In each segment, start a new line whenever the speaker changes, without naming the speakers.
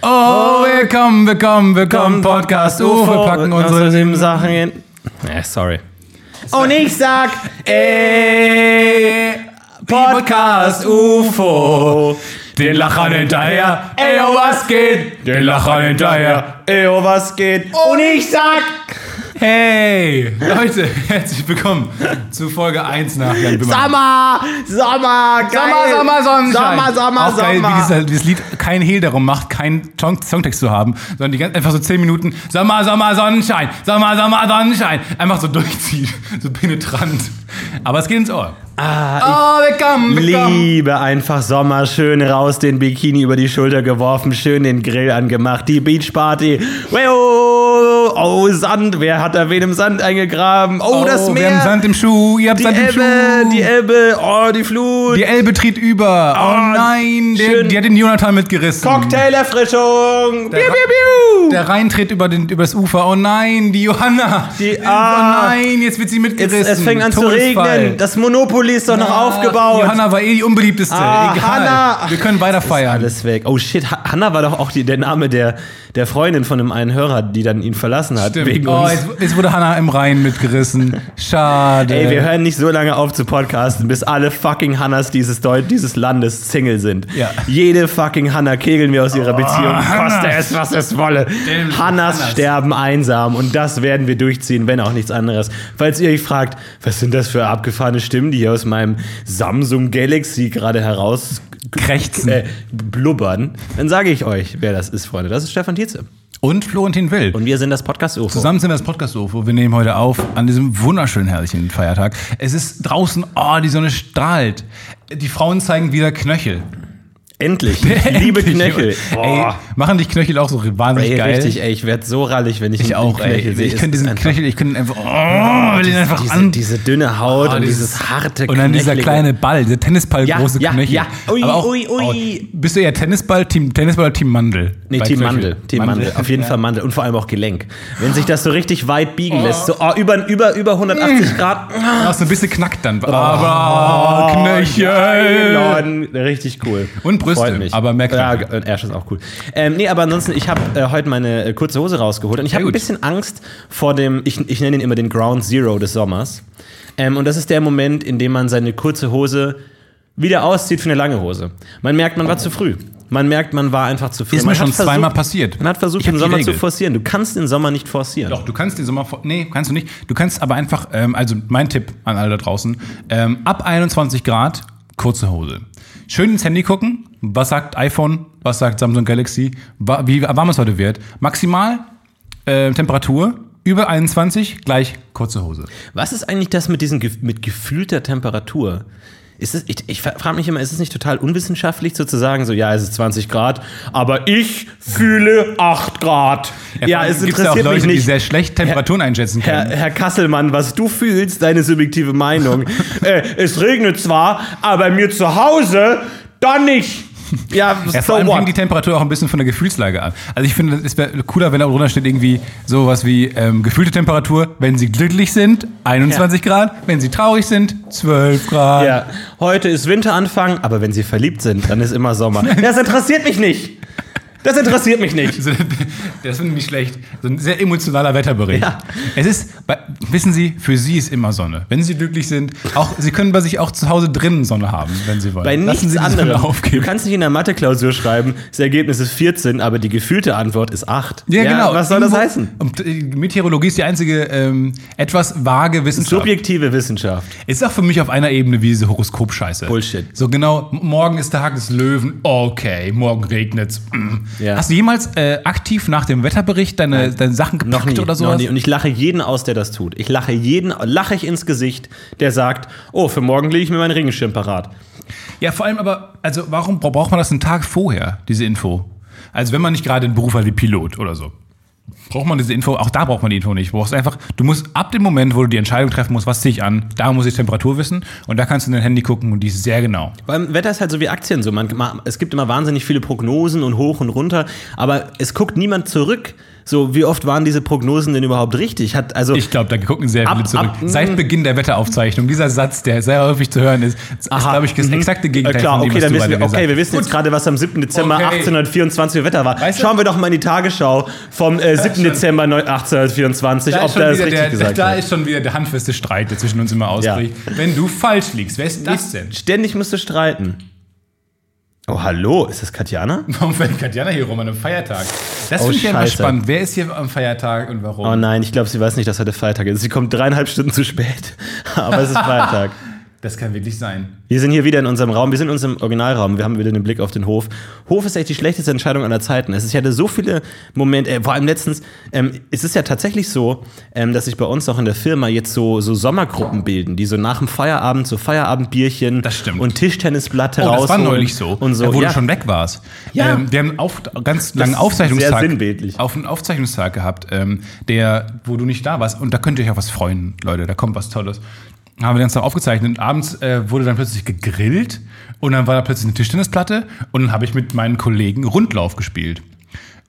Oh, willkommen, willkommen, willkommen, Also- Podcast UFO. Wir packen unsere
sieben Sachen hin.
Nee, sorry.
Und ich sag,
Ey,
Podcast UFO.
den Lachern hinterher. Ey, oh, was geht? Den Lachern hinterher.
Ey, oh, was geht? Und ich sag,
Hey, Leute, herzlich willkommen zu Folge 1 nach Jan Böhmermann.
Sommer, Sommer, geil.
Sommer, Sommer, Sonnenschein.
Sommer, Sommer,
Auch geil,
Sommer.
Wie dieses, dieses Lied kein Hehl darum macht, keinen Song, Songtext zu haben, sondern die ganz einfach so 10 Minuten Sommer, Sommer, Sonnenschein, Sommer, Sommer, Sonnenschein. Einfach so durchzieht, so penetrant. Aber es geht ins Ohr. Ah, oh, willkommen, willkommen.
Liebe einfach Sommer, schön raus, den Bikini über die Schulter geworfen, schön den Grill angemacht, die Beachparty. Weho, oh, Sand, wer hat da wen im Sand eingegraben? Oh, das
Wir haben
Meer,
Sand im Schuh, ihr habt
die
Sand im
Ebbe,
Schuh.
die Ebbe, oh, die Flut,
Die Elbe tritt über. Oh,
Oh,
nein, der,
schön.
die hat den Jonathan mitgerissen.
Cocktailerfrischung, biu, biu, biu.
Der reintritt über, den, über das Ufer. Oh nein, die Johanna.
Die-
oh
ah.
nein, jetzt wird sie
Jetzt,
mitgerissen.
es fängt an zu
Todesfall.
regnen, das Monopoly ist doch noch
Ah,
aufgebaut.
Johanna war eh die unbeliebteste.
Ah,
Egal.
Hanna.
Wir können weiter feiern.
Alles weg. Oh shit, Ha- Hanna war doch auch die, der Name der, der Freundin von dem einen Hörer, die dann ihn verlassen hat.
Stimmt.
Wegen
oh,
uns.
jetzt, jetzt wurde Hanna im Rhein mitgerissen. Schade.
Ey, wir hören nicht so lange auf zu podcasten, bis alle fucking Hannas dieses, Deu dieses Landes Single sind.
Ja. Oh,
Jede fucking Hanna kegeln wir aus ihrer Beziehung,
Hannas.
koste es, was es wolle.
Damn,
Hannas,
Hannas.
sterben einsam und das werden wir durchziehen, wenn auch nichts anderes. Falls ihr euch fragt, was sind das für abgefahrene Stimmen, die hier aus meinem Samsung Galaxy gerade heraus
Krächzen.
äh, blubbern, dann sage ich euch, wer das ist, Freunde. Das ist Stefan Tietze.
Und Florentin Will.
Und wir sind das Podcast UFO.
Zusammen sind wir das podcast UFO. Wir nehmen heute auf an diesem wunderschönen, herrlichen Feiertag. Es ist draußen, oh, die Sonne strahlt. Die Frauen zeigen wieder Knöchel.
Endlich. Liebe
Endlich,
Knöchel.
Ey,
Boah.
machen dich Knöchel auch so wahnsinnig
Ey,
geil?
richtig, ey, ich werde so rallig, wenn ich,
Ich
einen
auch, ey.
Knöchel sehe.
Ich
Es
könnte
ist
diesen
einfach-
Knöchel, ich könnte einfach, oh, will ihn einfach
diese,
an.
diese dünne Haut
Oh,
und
dieses-
dieses harte
und dann dieser
knöchelige-
kleine Ball, dieser Tennisball
Ja,
große
ja,
Knöchel.
ja. Ui,
Aber auch,
ui, ui.
Oh, bist du eher Tennisball, Team Tennisball oder Team Mandel?
Nee,
Bei
Team
Knöchel.
Mandel, Team Mandel, auf jeden Fall Mandel und vor allem auch Gelenk. Wenn sich das so richtig weit biegen lässt, so oh, über, über, über
Mm.
180 Grad,
Ja, hast du ein bisschen knackt
Oh,
dann. Aber Knöchel.
Nylon, richtig cool.
Und Brüste,
Freut mich.
aber mehr
Ja,
Knöchel.
und Arsch ist auch cool. Ähm, nee, aber ansonsten, ich habe äh, heute meine äh, kurze Hose rausgeholt und ich habe
gut.
ein bisschen Angst vor dem, ich, ich nenne ihn immer den Ground Zero des Sommers. Ähm, und das ist der Moment, in dem man seine kurze Hose wieder auszieht für eine lange Hose. Man merkt, man war zu früh. Man merkt, man war einfach zu früh.
Ist
man
mir schon
hat versucht-
zweimal passiert.
Man hat versucht,
Ich hab
den
die
Sommer zu
Regel.
forcieren. Du kannst den Sommer nicht forcieren.
Doch, du kannst den Sommer. vor- Nee, kannst du nicht. Du kannst aber einfach, ähm, also mein Tipp an alle da draußen: ähm, ab 21 Grad, kurze Hose. Schön ins Handy gucken. Was sagt iPhone? Was sagt Samsung Galaxy? Wa- Wie warm es heute wird? Maximal äh, Temperatur über 21, gleich kurze Hose.
Was ist eigentlich das mit diesem Ge- mit gefühlter Temperatur? Ist es, ich ich frage mich immer, ist es nicht total unwissenschaftlich so zu sagen, so ja, es ist 20 Grad, aber ich fühle 8 Grad. Ja, es
gibt's ja
interessiert
auch Leute,
mich
die
nicht.
sehr schlecht Temperaturen einschätzen
Herr,
können.
Herr Kasselmann, was du fühlst, deine subjektive Meinung. äh, es regnet zwar, aber mir zu Hause dann nicht. Ja,
Ja, vor
so
allem hängt
what?
die Temperatur auch ein bisschen von der Gefühlslage an. Also ich finde, es wäre cooler, wenn da drunter steht irgendwie sowas wie ähm, gefühlte Temperatur, wenn sie glücklich sind, 21 Grad, wenn sie traurig sind, 12 Grad.
Ja, heute ist Winteranfang, aber wenn sie verliebt sind, dann ist immer Sommer. Das interessiert mich nicht. Das interessiert mich nicht.
Also, Das finde ich nicht schlecht. So ein sehr emotionaler Wetterbericht.
Ja.
Es ist, bei- wissen Sie, für Sie ist immer Sonne. Wenn Sie glücklich sind, auch Sie können bei sich auch zu Hause drinnen Sonne haben, wenn Sie wollen.
Bei
Lassen
nichts
Sie die Sonne
anderem. Du
aufgehen.
kannst nicht in der Mathe-Klausur schreiben, das Ergebnis ist 14, aber die gefühlte Antwort ist 8.
Ja, genau.
Was soll das
Irgendwo-
heißen?
Und äh, Meteorologie ist die einzige ähm, etwas vage Wissenschaft.
Subjektive Wissenschaft.
Ist auch für mich auf einer Ebene wie diese Horoskop-Scheiße.
Bullshit.
So genau, m- morgen ist Tag des Löwen, okay, morgen regnet's. mm.
Ja.
Hast du jemals äh, aktiv nach dem Wetterbericht deine, deine Sachen gepackt oder sowas?
noch nie. Und ich lache jeden aus, der das tut. Ich lache jeden, lache ich ins Gesicht, der sagt, oh, für morgen lege ich mir meinen Regenschirm parat.
Ja, vor allem aber, also warum bra- braucht man das einen Tag vorher, diese Info? Also wenn man nicht gerade einen Beruf hat wie Pilot oder so. Braucht man diese Info? Auch da braucht man die Info nicht. Du brauchst einfach, du musst ab dem Moment, wo du die Entscheidung treffen musst, was ziehe ich an, da muss ich Temperatur wissen und da kannst du in dein Handy gucken und die ist sehr genau.
Beim Wetter ist halt so wie Aktien so. Man, ma- es gibt immer wahnsinnig viele Prognosen und hoch und runter, aber es guckt niemand zurück. So, wie oft waren diese Prognosen denn überhaupt richtig? Hat, also,
Ich glaube, da gucken sehr viele
Ab-
zurück.
ab- Mhm.
Seit Beginn der Wetteraufzeichnung, dieser Satz, der sehr häufig zu hören ist, ist, glaube ich, das exakte
äh,
Gegenteil
klar,
von dem,
okay,
was
dann
du
wissen wir,
gerade gesagt
okay, wir wissen
hast.
jetzt gerade, was am 7. Dezember
Okay.
1824 für Wetter war.
Weißt du-
Schauen wir doch mal in die Tagesschau vom äh, 7.
schon.
Dezember neu- 1824,
Da,
ob
ist schon,
da das
wieder
richtig
der,
gesagt
da
hat.
ist schon wieder der handfeste Streit, der zwischen uns immer ausbricht. Wenn du falsch liegst, wer ist das denn?
Ständig musst du streiten. Oh, hallo, ist das Katjana?
Warum fällt Katjana hier rum an einem Feiertag? Das
Oh,
finde ich ja immer
Scheiße.
spannend. Wer ist hier am Feiertag und warum?
Oh nein, ich glaube, sie weiß nicht, dass heute Freitag ist. Sie kommt dreieinhalb Stunden zu spät, aber es ist Freitag.
Das kann wirklich sein.
Wir sind hier wieder in unserem Raum, wir sind in unserem Originalraum, wir haben wieder den Blick auf den Hof. Hof ist echt die schlechteste Entscheidung aller Zeiten. Es ist, ich hatte so viele Momente, äh, vor allem letztens, ähm, es ist ja tatsächlich so, ähm, dass sich bei uns auch in der Firma jetzt so, so Sommergruppen bilden, die so nach dem Feierabend, so Feierabendbierchen
Das stimmt.
und Tischtennisblatt
Oh,
heraus.
das war neulich so.
Und so.
Ja, wo
ja.
du schon weg warst.
Ja.
Ähm, wir haben einen auf, ganz langen
ist
Aufzeichnungstag.
sehr sinnbildlich.
Auf einen Aufzeichnungstag gehabt, ähm, der, wo du nicht da warst. Und da könnt ihr euch auf was freuen, Leute. Da kommt was Tolles. Haben wir den ganzen Tag aufgezeichnet und abends äh, wurde dann plötzlich gegrillt und dann war da plötzlich eine Tischtennisplatte und dann habe ich mit meinen Kollegen Rundlauf gespielt.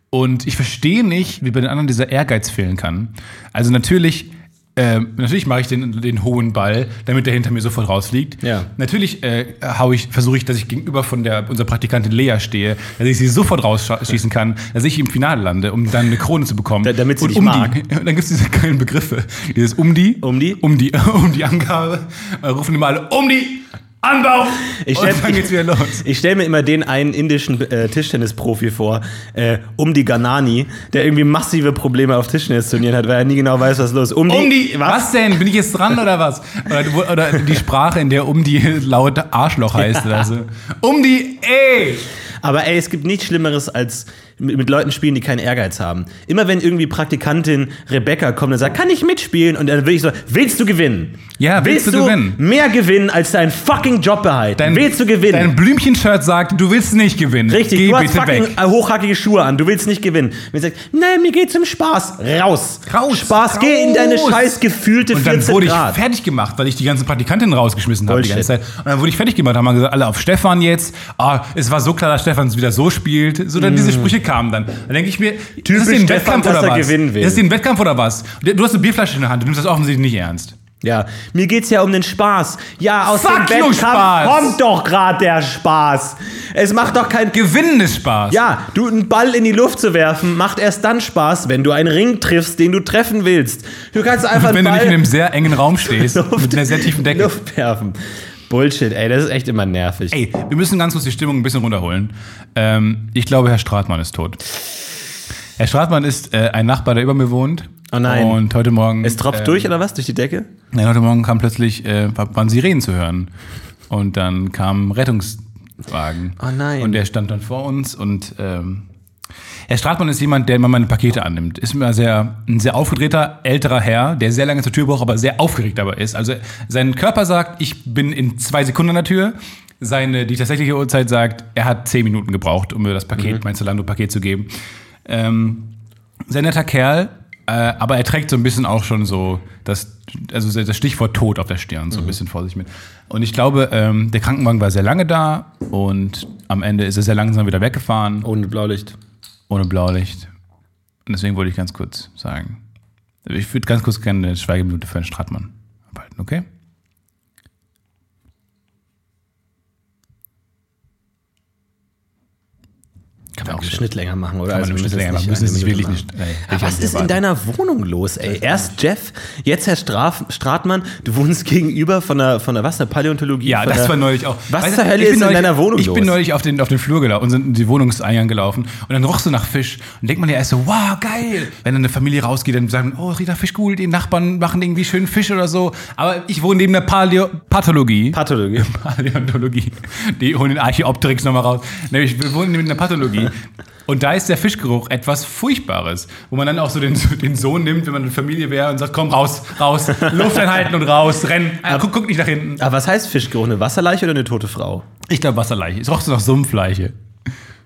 Und ich verstehe nicht, wie bei den anderen dieser Ehrgeiz fehlen kann. Also natürlich, ähm, natürlich mache ich den, den hohen Ball, damit der hinter mir sofort rausfliegt.
Ja.
Natürlich äh, hau ich, versuche ich, dass ich gegenüber von der, unserer Praktikantin Lea stehe, dass ich sie sofort rausschießen kann, dass ich im Finale lande, um dann eine Krone zu bekommen.
Da- damit sie
Und
dich
um
mag.
Die, und dann gibt's diese geilen Begriffe. Dieses um die,
Um die?
um die, um die Angabe. Äh, rufen immer alle um die, Anbau!
Ich
und
hätte-
dann geht's wieder los.
Ich stelle mir immer den einen indischen äh, Tischtennisprofi vor, äh, um die Ganani, der irgendwie massive Probleme auf Tischtennisturnieren hat, weil er nie genau weiß, was los ist. Um,
Um die, was? denn? Bin ich jetzt dran oder was? Oder, wo- oder die Sprache, in der um die laut Arschloch heißt oder so. Um die, ey!
Aber ey, es gibt nichts Schlimmeres, als mit mit Leuten spielen, die keinen Ehrgeiz haben. Immer wenn irgendwie Praktikantin Rebecca kommt und sagt, kann ich mitspielen? Und dann will ich so, willst du gewinnen?
Ja, willst du gewinnen?
mehr gewinnen, als deinen fucking Job behalten? willst du gewinnen?
Dein Blümchenshirt sagt, du willst nicht gewinnen.
Richtig,
Geh
du hast
bitte
fucking äh,
weg.
hochhackige Schuhe an, du willst nicht gewinnen. Wenn sie sagt, nein, mir geht's um Spaß, raus.
Raus,
Spaß, geh in deine
raus.
scheiß gefühlte
Und dann
14
wurde ich
Grad.
fertig gemacht, weil ich die ganzen Praktikantinnen rausgeschmissen habe die ganze
Bullshit.
Zeit. Und dann wurde ich fertig gemacht, haben wir gesagt, alle auf Stefan jetzt. Ah, es war so klar, dass Stefan es wieder so spielt. So, dann diese Sprüche kamen dann. Dann denke ich mir, ist es
Mm. Typisch
den
Stefan,
Wettkampf
dass
oder
er
was?
gewinnen will.
Ist es den Wettkampf oder was? Du hast eine Bierflasche in der Hand, du nimmst das offensichtlich nicht ernst.
Ja, mir geht's ja um den Spaß. Ja, aus
Fuck
dem
you, Spaß.
Wettkampf kommt doch gerade der Spaß. Es macht doch keinen
Gewinnen ist Spaß.
Ja, du einen Ball in die Luft zu werfen, macht erst dann Spaß, wenn du einen Ring triffst, den du treffen willst. Du kannst einfach
Wenn du
einen
nicht
Ball
in einem sehr engen Raum stehst, mit einer sehr tiefen
in die
Decke.
Luft werfen. Bullshit, ey, das ist echt immer nervig.
Ey, wir müssen ganz kurz die Stimmung ein bisschen runterholen. Ähm, ich glaube, Herr Stratmann ist tot. Herr Stratmann ist äh, ein Nachbar, der über mir wohnt.
Oh nein.
Und heute Morgen.
es tropft durch oder was? Durch die Decke?
Nein, heute Morgen kam plötzlich, äh, waren Sirenen zu hören. Und dann kam ein Rettungswagen.
Oh nein.
Und der stand dann vor uns und ähm, Herr Stratmann ist jemand, der immer meine Pakete annimmt. Ist immer sehr, ein sehr aufgedrehter, älterer Herr, der sehr lange zur Tür braucht, aber sehr aufgeregt dabei ist. Also sein Körper sagt, ich bin in zwei Sekunden an der Tür. Seine, die tatsächliche Uhrzeit sagt, er hat zehn Minuten gebraucht, um mir das
Mhm.
Paket, mein Zalando-Paket zu geben. Ähm, sehr netter Kerl, äh, aber er trägt so ein bisschen auch schon so das, also das Stichwort Tod auf der Stirn,
Mhm.
so ein bisschen vor sich mit. Und ich glaube, ähm, der Krankenwagen war sehr lange da und am Ende ist er sehr langsam wieder weggefahren
Ohne Blaulicht.
ohne Blaulicht. Und deswegen wollte ich ganz kurz sagen. also Ich würde ganz kurz gerne eine Schweigeminute für Herrn Stratmann abhalten, okay? Kann man auch
Einen
schnitt.
Schnitt länger machen, oder?
Kann man
Also,
im
wir
Schnitt
müssen
länger
jetzt
machen.
nicht
Müssen
eine
es wirklich
Minute
nicht.
machen.
Ey,
Ja,
ich
was
hab
ist in
gewartet.
deiner Wohnung los, ey? Erst Jeff, jetzt Herr Straf, Stratmann. Du wohnst gegenüber von der, von der was, der Paläontologie?
Ja,
von
das
der,
war neulich auch.
Was
Weißt
zur
du,
Hölle
ich bin
ist in
neulich-
deiner Wohnung
Ich bin
los?
neulich auf den, auf den Flur gelaufen und sind in die Wohnungseingang gelaufen. Und dann rochst du nach Fisch. Und denkt man ja erst so, wow, geil. Wenn dann eine Familie rausgeht, dann sagen, oh, riecht nach Fisch gut. Die Nachbarn machen irgendwie schönen Fisch oder so. Aber ich wohne neben der Paleo Pathologie.
Pathologie.
Paläontologie. Die holen den Archäopteryx nochmal raus. Nämlich, wir wohnen in der Pathologie. Und da ist der Fischgeruch etwas Furchtbares, wo man dann auch so den, den Sohn nimmt, wenn man eine Familie wäre und sagt, komm, raus, raus, Luft einhalten und raus, rennen, Ah, guck, guck nicht nach hinten.
Aber was heißt Fischgeruch? Eine Wasserleiche oder eine tote Frau?
Ich glaube Wasserleiche. Es roch so nach Sumpfleiche.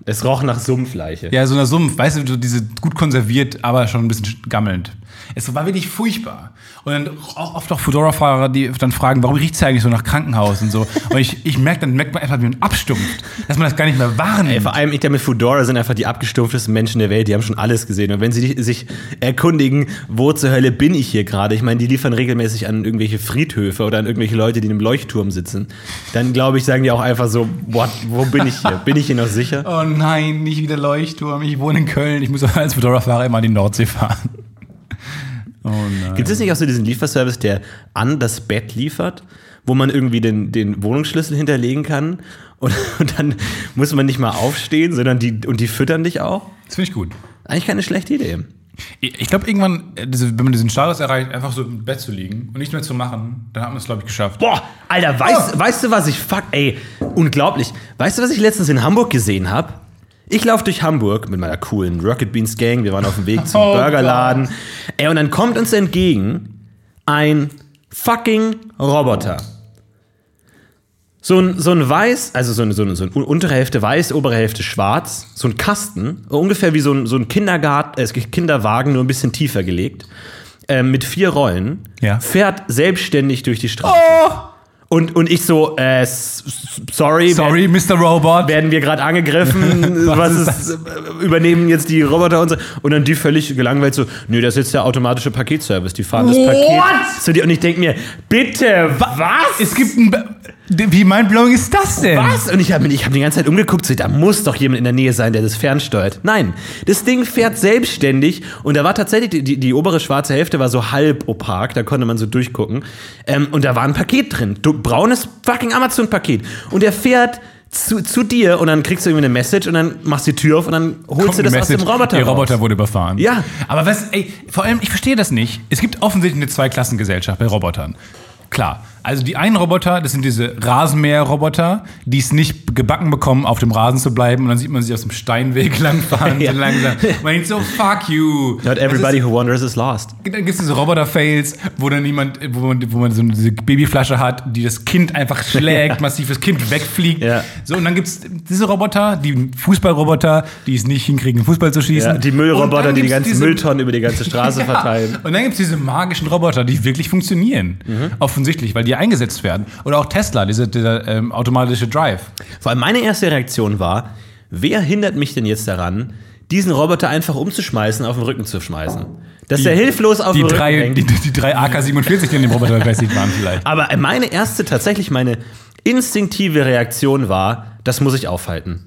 Es roch nach Sumpfleiche.
Ja, so einer Sumpf, weißt du, so diese gut konserviert, aber schon ein bisschen gammelnd. Es war wirklich furchtbar. Und dann auch oft auch Fedora-Fahrer, die dann fragen, warum riecht's eigentlich so nach Krankenhaus und so. Und ich, ich merke, dann merkt man einfach, wie man abstumpft, dass man das gar nicht mehr wahrnimmt.
Äh, Vor allem ich damit Fudora sind einfach die abgestumpftesten Menschen der Welt. Die haben schon alles gesehen. Und wenn sie dich- sich erkundigen, wo zur Hölle bin ich hier gerade? Ich meine, die liefern regelmäßig an irgendwelche Friedhöfe oder an irgendwelche Leute, die in einem Leuchtturm sitzen. Dann glaube ich, sagen die auch einfach so, what, wo bin ich hier? Bin ich hier noch sicher?
Oh nein, nicht wieder Leuchtturm. Ich wohne in Köln. Ich muss als Fedora-Fahrer immer an die Nordsee fahren. Oh nein.
Gibt es nicht auch so diesen Lieferservice, der an das Bett liefert, wo man irgendwie den, den Wohnungsschlüssel hinterlegen kann und, und dann muss man nicht mal aufstehen, sondern die, und die füttern dich auch?
Das finde ich gut.
Eigentlich keine schlechte Idee.
Ich glaube, irgendwann, äh, diese, wenn man diesen Status erreicht, einfach so im Bett zu liegen und nichts mehr zu machen, dann hat man es, glaube ich, geschafft.
Boah, Alter, weißt, weißt du, was ich. Fuck, ey, unglaublich. Weißt du, was ich letztens in Hamburg gesehen habe? Ich laufe durch Hamburg mit meiner coolen Rocket Beans Gang. Wir waren auf dem Weg zum
Oh
Burgerladen. Ey, und dann kommt uns entgegen ein fucking Roboter. So ein, so ein weiß, also so eine, so, eine, so eine untere Hälfte weiß, obere Hälfte schwarz, so ein Kasten, ungefähr wie so ein, so ein Kindergarten, äh, Kinderwagen, nur ein bisschen tiefer gelegt, ähm, mit vier Rollen,
Ja. Oh!
fährt selbstständig durch die Straße. Und, und ich so, äh, s- s- sorry,
Sorry, Mr. Robot.
werden wir gerade angegriffen, was,
Was ist
ist, äh, übernehmen jetzt die Roboter und so. Und dann die völlig gelangweilt so, nö, das ist jetzt der automatische Paketservice, die fahren das Paket
What?
zu dir. Und ich denke mir, bitte, was?
Es gibt ein. Be- Wie mindblowing ist das denn?
was? Und ich habe ich hab die ganze Zeit umgeguckt, so, da muss doch jemand in der Nähe sein, der das fernsteuert. Nein, das Ding fährt selbstständig und da war tatsächlich, die, die, die obere schwarze Hälfte war so halb opak, da konnte man so durchgucken. Ähm, und da war ein Paket drin, du, braunes fucking Amazon-Paket. Und er fährt zu, zu dir und dann kriegst du irgendwie eine Message und dann machst du die Tür auf und dann holst du das aus dem Roboter
Der
raus.
Roboter wurde überfahren.
Ja.
Aber was, ey, vor allem, ich verstehe das nicht. Es gibt offensichtlich eine Zweiklassengesellschaft bei Robotern. Klar. Also die einen Roboter, das sind diese Rasenmäher-Roboter, die es nicht gebacken bekommen, auf dem Rasen zu bleiben. Und dann sieht man sie aus dem Steinweg langfahren,
Ja.
so langsam. Man denkt so, fuck you.
Not everybody who wanders is lost.
Das ist- Dann gibt es diese Roboter-Fails, wo dann jemand, wo man, wo man so eine diese Babyflasche hat, die das Kind einfach schlägt,
Ja.
massiv das Kind wegfliegt.
Ja.
So, und dann gibt es diese Roboter, die Fußballroboter, die es nicht hinkriegen, Fußball zu schießen.
Ja, die
Und
Müllroboter,
dann
die die
gibt's
ganzen
diese-
Mülltonnen über die ganze Straße verteilen. Mhm.
Und dann gibt es diese magischen Roboter, die wirklich funktionieren. Offensichtlich, weil die eingesetzt werden. Oder auch Tesla, diese, dieser ähm, automatische Drive.
Vor allem meine erste Reaktion war, wer hindert mich denn jetzt daran, diesen Roboter einfach umzuschmeißen, auf den Rücken zu schmeißen? Dass der hilflos auf
Die
den Rücken
drei,
hängt.
die, die drei AK-47, die in dem Roboter befestigt waren vielleicht.
Aber meine erste, tatsächlich meine instinktive Reaktion war, das muss ich aufhalten.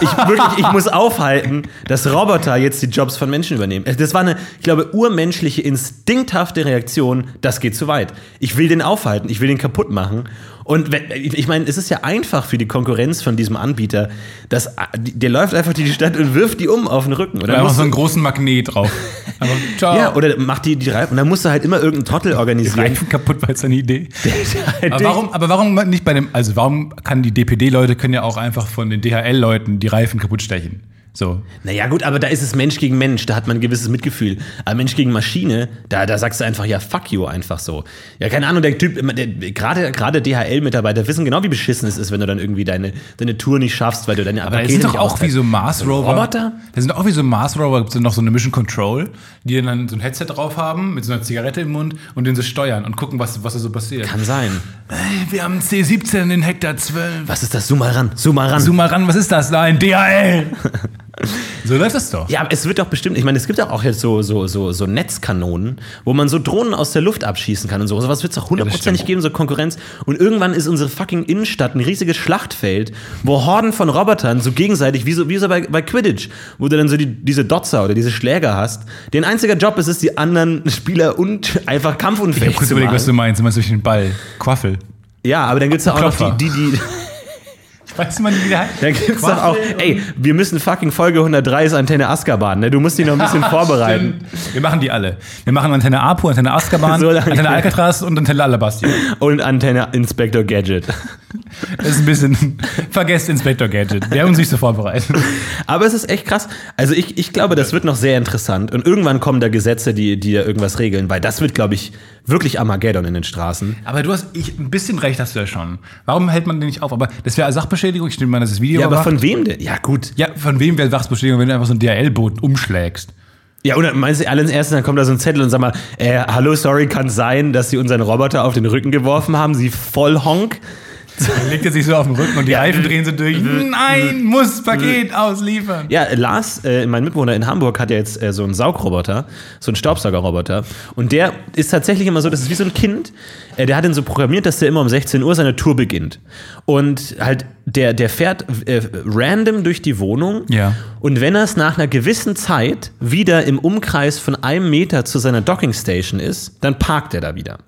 Ich, wirklich, ich muss aufhalten, dass Roboter jetzt die Jobs von Menschen übernehmen. Äh, Das war eine, ich glaube, urmenschliche, instinkthafte Reaktion, das geht zu weit. Ich will den aufhalten, ich will den kaputt machen. Und wenn, ich ich meine, es ist ja einfach für die Konkurrenz von diesem Anbieter, dass, der läuft einfach durch die Stadt und wirft die um auf den Rücken. Oder
Da war so einen großen Magnet drauf. Aber, ciao.
ja, oder macht die, die Reifen. Und dann musst du halt immer irgendeinen Trottel organisieren.
Reifen kaputt war jetzt eine Idee.
der
Aber
Äh, dich-
warum, aber warum nicht bei dem, also warum kann die DPD-Leute können ja auch einfach von den DHL-Leuten die Reifen kaputt stechen? So.
Naja, gut, aber da ist es Mensch gegen Mensch, da hat man ein gewisses Mitgefühl. Aber Mensch gegen Maschine, da, da sagst du einfach, ja, fuck you, einfach so. Ja, keine Ahnung, der Typ, immer, der- gerade, gerade DHL-Mitarbeiter wissen genau, wie beschissen es ist, wenn du dann irgendwie deine, deine Tour nicht schaffst, weil du deine
Aber das sind doch auch wie
austeilst.
so Mars Rover.
Also Roboter?
Das sind auch wie so Mars Rover, gibt es noch so eine Mission Control, die dann so ein Headset drauf haben, mit so einer Zigarette im Mund und den so steuern und gucken, was, was da so passiert.
Kann sein.
Ey, wir haben einen C17 in Hektar 12.
Was ist das? Zoom mal ran, zoom mal ran.
Zoom mal ran, was ist das? Nein, DHL! so läuft das doch.
Ja, aber es wird doch bestimmt, ich meine, es gibt doch auch jetzt so, so, so, so Netzkanonen, wo man so Drohnen aus der Luft abschießen kann und so. Sowas wird es doch hundertprozentig geben, so Konkurrenz. Und irgendwann ist unsere fucking Innenstadt ein riesiges Schlachtfeld, wo Horden von Robotern so gegenseitig, wie so, wie so bei, bei Quidditch, wo du dann so die, diese Dotzer oder diese Schläger hast, deren einziger Job ist es, die anderen Spieler und einfach kampfunfähig
Ich hab kurz
zu
überlegt, was du
machen.
meinst. Du meinst durch den Ball. Quaffel.
Ja, aber dann gibt's ja auch
Klopfer.
noch die, die, die
Weiß man, wie der heißt?
dann gibt's doch auch, ey, wir müssen fucking Folge 103 ist Antenne Azkaban, ne? Du musst dich noch ein bisschen vorbereiten.
Stimmt. Wir machen die alle. Wir machen Antenne Apu, Antenne Azkaban,
So lange.
Antenne Alcatraz und Antenne Alabastia.
Und Antenne Inspector Gadget.
Das ist ein bisschen. Vergesst Inspector Gadget. Wir haben uns nicht so vorbereitet.
Aber es ist echt krass. Also ich, ich glaube, das wird noch sehr interessant. Und irgendwann kommen da Gesetze, die, die da irgendwas regeln, weil das wird, glaube ich, wirklich Armageddon in den Straßen.
Aber du hast ich, ein bisschen recht, hast du ja schon. Warum hält man den nicht auf? Aber das wäre Sachbeschädigung. Ich nehme mal, das ist Video.
Ja, aber von wem denn? Ja, gut.
ja, von wem wäre Sachbeschädigung, wenn du einfach so einen DHL-Boten umschlägst?
Ja, oder meinst du, alle ins Erste, dann kommt da so ein Zettel und sag mal, äh, hallo, sorry, kann sein, dass sie unseren Roboter auf den Rücken geworfen haben, sie voll Honk.
Dann legt er sich so auf den Rücken und die Reifen drehen so durch. Nein, muss Paket ausliefern.
Ja, äh, Lars, äh, mein Mitbewohner in Hamburg, hat ja jetzt äh, so einen Saugroboter, so einen Staubsaugerroboter. Und der ist tatsächlich immer so, das ist wie so ein Kind. Äh, der hat ihn so programmiert, dass der immer um 16 Uhr seine Tour beginnt. Und halt, der, der fährt äh, random durch die Wohnung.
Ja.
Und wenn er es nach einer gewissen Zeit wieder im Umkreis von einem Meter zu seiner Dockingstation ist, dann parkt er da wieder.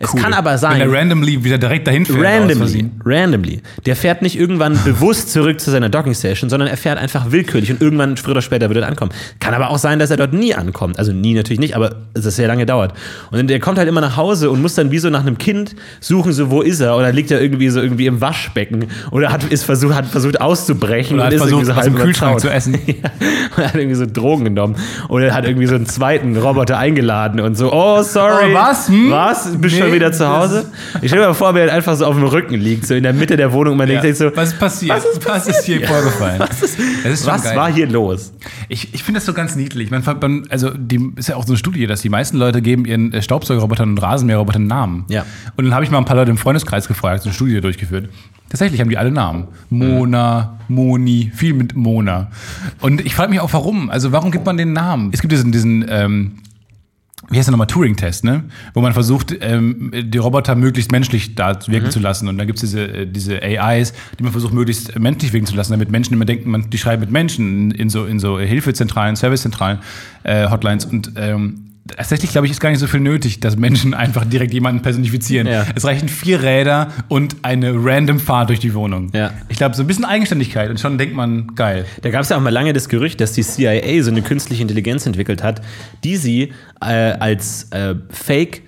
Es kann aber sein,
Wenn er randomly wieder direkt dahin fährt. aus
Randomly,
Versehen.
randomly. Der fährt nicht irgendwann bewusst zurück zu seiner Docking Station, sondern er fährt einfach willkürlich und irgendwann früher oder später wird er ankommen. Kann aber auch sein, dass er dort nie ankommt. Also nie natürlich nicht, aber das sehr lange dauert. Und der kommt halt immer nach Hause und muss dann wie so nach einem Kind suchen, so wo ist er? Oder liegt er irgendwie so irgendwie im Waschbecken oder hat ist versucht hat versucht auszubrechen
Oder
und
hat
ist
versucht,
irgendwie so
was im
halb
Kühlschrank
verzaut.
zu essen.
Ja, und hat irgendwie so Drogen genommen oder hat irgendwie so einen zweiten Roboter eingeladen und so, oh sorry.
Oh, was? Hm?
Was? Bist schon
Nee,
wieder zu
das-
Hause? Ich stelle mir mal vor, wie er halt einfach so auf dem Rücken liegt, so in der Mitte der Wohnung und man
Ja.
denkt sich so,
was ist passiert?
Was ist
hier vorgefallen? Was ist, das ist schon
was
geil.
war hier los?
Ich, ich finde das so ganz niedlich. Man, ver- man, also die, ist ja auch so eine Studie, dass die meisten Leute geben ihren äh, Staubsaugerrobotern und Rasenmäherrobotern Namen.
Ja.
Und dann habe ich mal ein paar Leute im Freundeskreis gefragt, so eine Studie durchgeführt. Tatsächlich haben die alle Namen. Mona, Moni, viel mit Mona. Und ich frage mich auch, warum? Also warum gibt man den Namen? Es gibt diesen, diesen ähm, wie heißt der nochmal, Turing-Test, ne? Wo man versucht, ähm, die Roboter möglichst menschlich da wirken
Mhm.
zu lassen. Und da gibt's diese, äh, diese AIs, die man versucht, möglichst menschlich wirken zu lassen, damit Menschen immer denken, man, die schreiben mit Menschen in so, in so äh, Hilfezentralen, Servicezentralen, äh, Hotlines. Und ähm, tatsächlich, glaube ich, ist gar nicht so viel nötig, dass Menschen einfach direkt jemanden personifizieren.
Ja.
Es reichen vier Räder und eine random Fahrt durch die Wohnung.
Ja.
Ich glaube, so ein bisschen Eigenständigkeit und schon denkt man, geil.
Da gab es ja auch mal lange das Gerücht, dass die CIA so eine künstliche Intelligenz entwickelt hat, die sie äh, als äh, Fake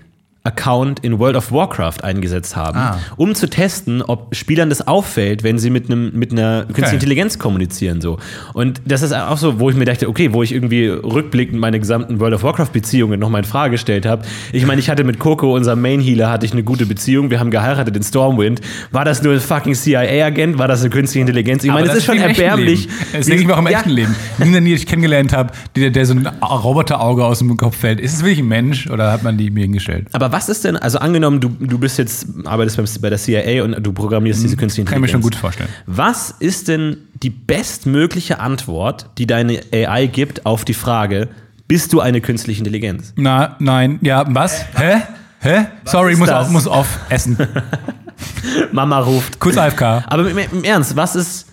Account in World of Warcraft eingesetzt haben,
Ah.
um zu testen, ob Spielern das auffällt, wenn sie mit einem mit einer künstlichen
Geil.
Intelligenz kommunizieren so. Und das ist auch so, wo ich mir dachte, okay, wo ich irgendwie rückblickend meine gesamten World of Warcraft Beziehungen nochmal in Frage gestellt habe. Ich meine, ich hatte mit Coco, unserem Main Healer, hatte ich eine gute Beziehung. Wir haben geheiratet in Stormwind. War das nur ein fucking CIA Agent? War das eine künstliche Intelligenz? Ich meine, das, ist schon
im echten
erbärmlich.
Leben. Das denke ich mir auch im
Ja.
echten Leben. Niemand, den ich kennengelernt habe, der, der so ein Roboterauge aus dem Kopf fällt. Ist es wirklich ein Mensch oder hat man die mir hingestellt?
Aber was ist denn, also angenommen, du, du bist jetzt, arbeitest beim, bei der CIA und du programmierst diese künstliche Intelligenz.
Mhm. Kann ich mir schon gut vorstellen.
Was ist denn die bestmögliche Antwort, die deine AI gibt auf die Frage, bist du eine künstliche Intelligenz?
Na, nein, ja, was? Hä? Hä? Sorry,
ist
muss
das?
auf, muss auf essen.
Mama ruft.
Kurz AFK.
Aber im, im Ernst, was ist,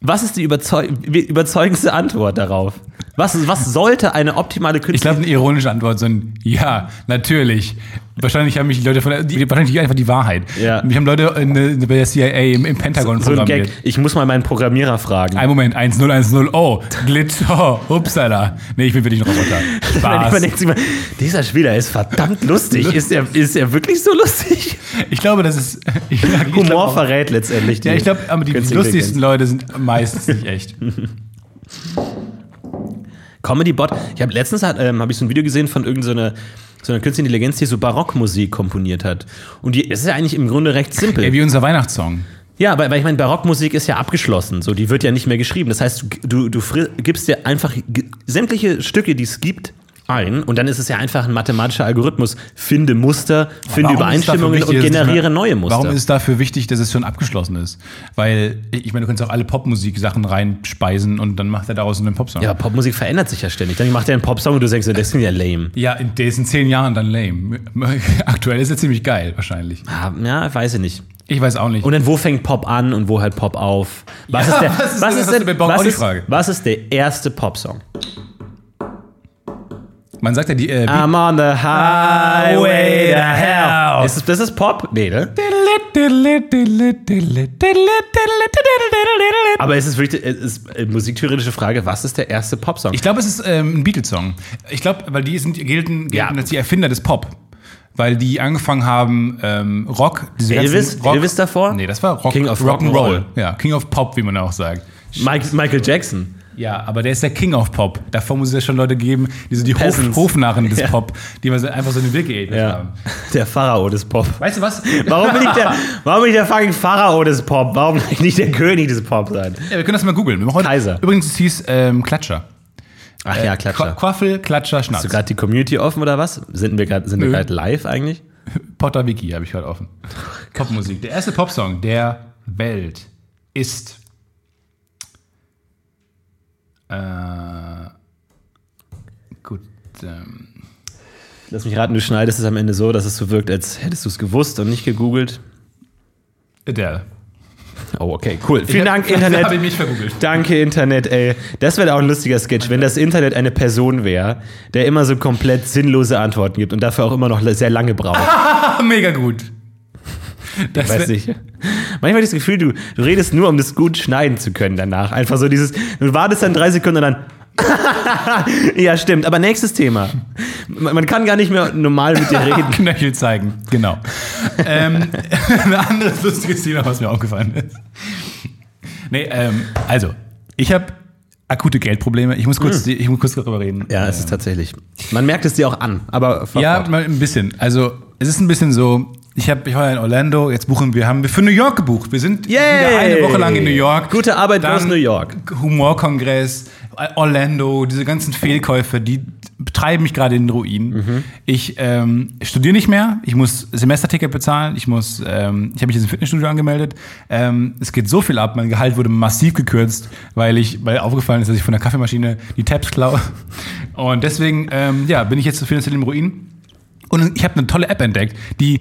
was ist die überzeug überzeugendste Antwort darauf? Was, was sollte eine optimale
Ich
künstliche
glaube, eine ironische Antwort sind, ja, natürlich. Wahrscheinlich haben mich die Leute von der, die, wahrscheinlich einfach die Wahrheit.
Ja.
Mich haben Leute in, der- bei der CIA im, im Pentagon
so ein
programmiert.
Gag. Ich muss mal meinen Programmierer fragen.
Ein Moment, 1010, oh, Glitch, oh, upsala. Nee, ich bin wirklich ein Roboter.
Dann
Spaß.
überlegt sich mal, dieser Spieler ist verdammt lustig. Ist er, ist er wirklich so lustig?
Ich glaube, das ist. Ich, ich glaub
Humor
auch-
verrät letztendlich. Die
Ja, ich glaube, aber die
künstliche
lustigsten Leute sind meistens nicht echt.
Intelligenz. Comedy-Bot. Ich habe letztens hat, ähm, hab ich so ein Video gesehen von irgendeiner so einer künstlichen Intelligenz, die so Barockmusik komponiert hat. Und die es ist ja eigentlich im Grunde recht simpel.
Ey, wie unser Weihnachtssong.
ja, weil, weil ich meine, Barockmusik ist ja abgeschlossen. So, die wird ja nicht mehr geschrieben. Das heißt, du, du fri- gibst dir einfach ge- sämtliche Stücke, die es gibt, ein und dann ist es ja einfach ein mathematischer Algorithmus. Finde Muster, finde
Warum ist dafür
Übereinstimmungen
wichtig,
und
dass es-
generiere neue Muster.
Warum ist dafür wichtig, dass es schon abgeschlossen ist? Weil, ich meine, du kannst auch alle Popmusik-Sachen reinspeisen und dann macht er daraus einen Popsong.
Ja, aber Popmusik verändert sich ja ständig. Dann macht er einen Popsong und du denkst, dir, das ist ja lame.
Ja, in diesen zehn Jahren dann lame. Aktuell ist er ziemlich geil, wahrscheinlich.
Ah, Ja, weiß ich nicht.
Ich weiß auch nicht.
Und dann, wo fängt Pop an und wo hört Pop auf? Was
Ja,
ist der,
was ist-
was
das
ist
hast
denn,
du bei Bob auch
was
die
ist,
Frage.
was ist der erste Popsong?
Man sagt ja, die. Äh,
I'm on the highway to hell.
hell.
Ist das, das ist Pop? Nee, ne? Aber es ist wirklich, es ist äh, musiktheoretische Frage, was ist der erste Popsong?
Ich glaube, es ist ähm, ein Beatles-Song. Ich glaube, weil die sind, gelten, gelten
Ja.
als die Erfinder des Pop. Weil die angefangen haben, ähm, Rock, diese
Elvis?
ganzen Rock.
Elvis davor?
Nee, das war Rock,
King of
Rock'n'Roll.
Rock'n'Roll.
Ja, King of Pop, wie man auch sagt.
Mike, Michael Jackson.
Ja, aber der ist der King of Pop. Davor muss es ja schon Leute geben, die so die Hof,
Peasants.
Hofnarren des
Ja.
Pop, die man so- einfach so eine Wege edel haben.
Ja. Der Pharao des Pop.
Weißt du was?
Warum bin ich der, warum bin ich der fucking Pharao des Pop? Warum kann ich nicht der König des Pop sein?
Ja, wir können das mal googeln. Wir machen heute-
Kaiser.
Übrigens, es hieß ähm, Klatscher.
Ach ja,
Qua- Quaffel, Klatscher, Schnaps.
Hast du gerade die Community offen oder was? Sind wir gerade sind wir
Nö.
gerade live eigentlich?
Potter Wiki habe ich gerade offen. Popmusik. Der erste Popsong der Welt ist. Äh, gut. Ähm,
Lass mich raten, du schneidest es am Ende so, dass es so wirkt, als hättest du es gewusst und nicht gegoogelt.
Adele.
Oh, okay, cool. Vielen Dank,
Da habe ich
Internet.
mich vergoogelt.
Danke, Internet, ey. Das wäre auch ein lustiger Sketch, wenn das Internet eine Person wäre, der immer so komplett sinnlose Antworten gibt und dafür auch immer noch sehr lange braucht.
Ah, mega gut. Das
Weiß
wär-
ich. Manchmal habe ich das Gefühl, du, du redest nur, um das gut schneiden zu können danach. Einfach so dieses, du wartest dann drei Sekunden und dann. ja, stimmt. Aber nächstes Thema. Man man kann gar nicht mehr normal mit dir reden.
Knöchel zeigen, genau. ähm, ein anderes lustiges Thema, was mir aufgefallen ist. Nee, ähm, also, ich habe akute Geldprobleme. Ich muss
Hm.
kurz, die- ich muss kurz darüber reden.
Ja, es ist tatsächlich. Man merkt es dir auch an, aber fahr
Ja,
fort.
mal ein bisschen. Also, es ist ein bisschen so, ich, hab, ich war ja in Orlando, jetzt buchen wir, haben wir für New York gebucht. Wir sind wieder eine Woche lang in New York.
Gute Arbeit
Dann
aus New York.
Humorkongress, Orlando, diese ganzen Fehlkäufe, die treiben mich gerade in den Ruin.
Mhm.
Ich ähm, studiere nicht mehr, ich muss Semesterticket bezahlen, ich muss, ähm, ich habe mich jetzt im Fitnessstudio angemeldet. Ähm, es geht so viel ab, mein Gehalt wurde massiv gekürzt, weil ich, weil aufgefallen ist, dass ich von der Kaffeemaschine die Tabs klaue. Und deswegen, ähm, ja, bin ich jetzt finanziell im Ruin. Und ich habe eine tolle App entdeckt, die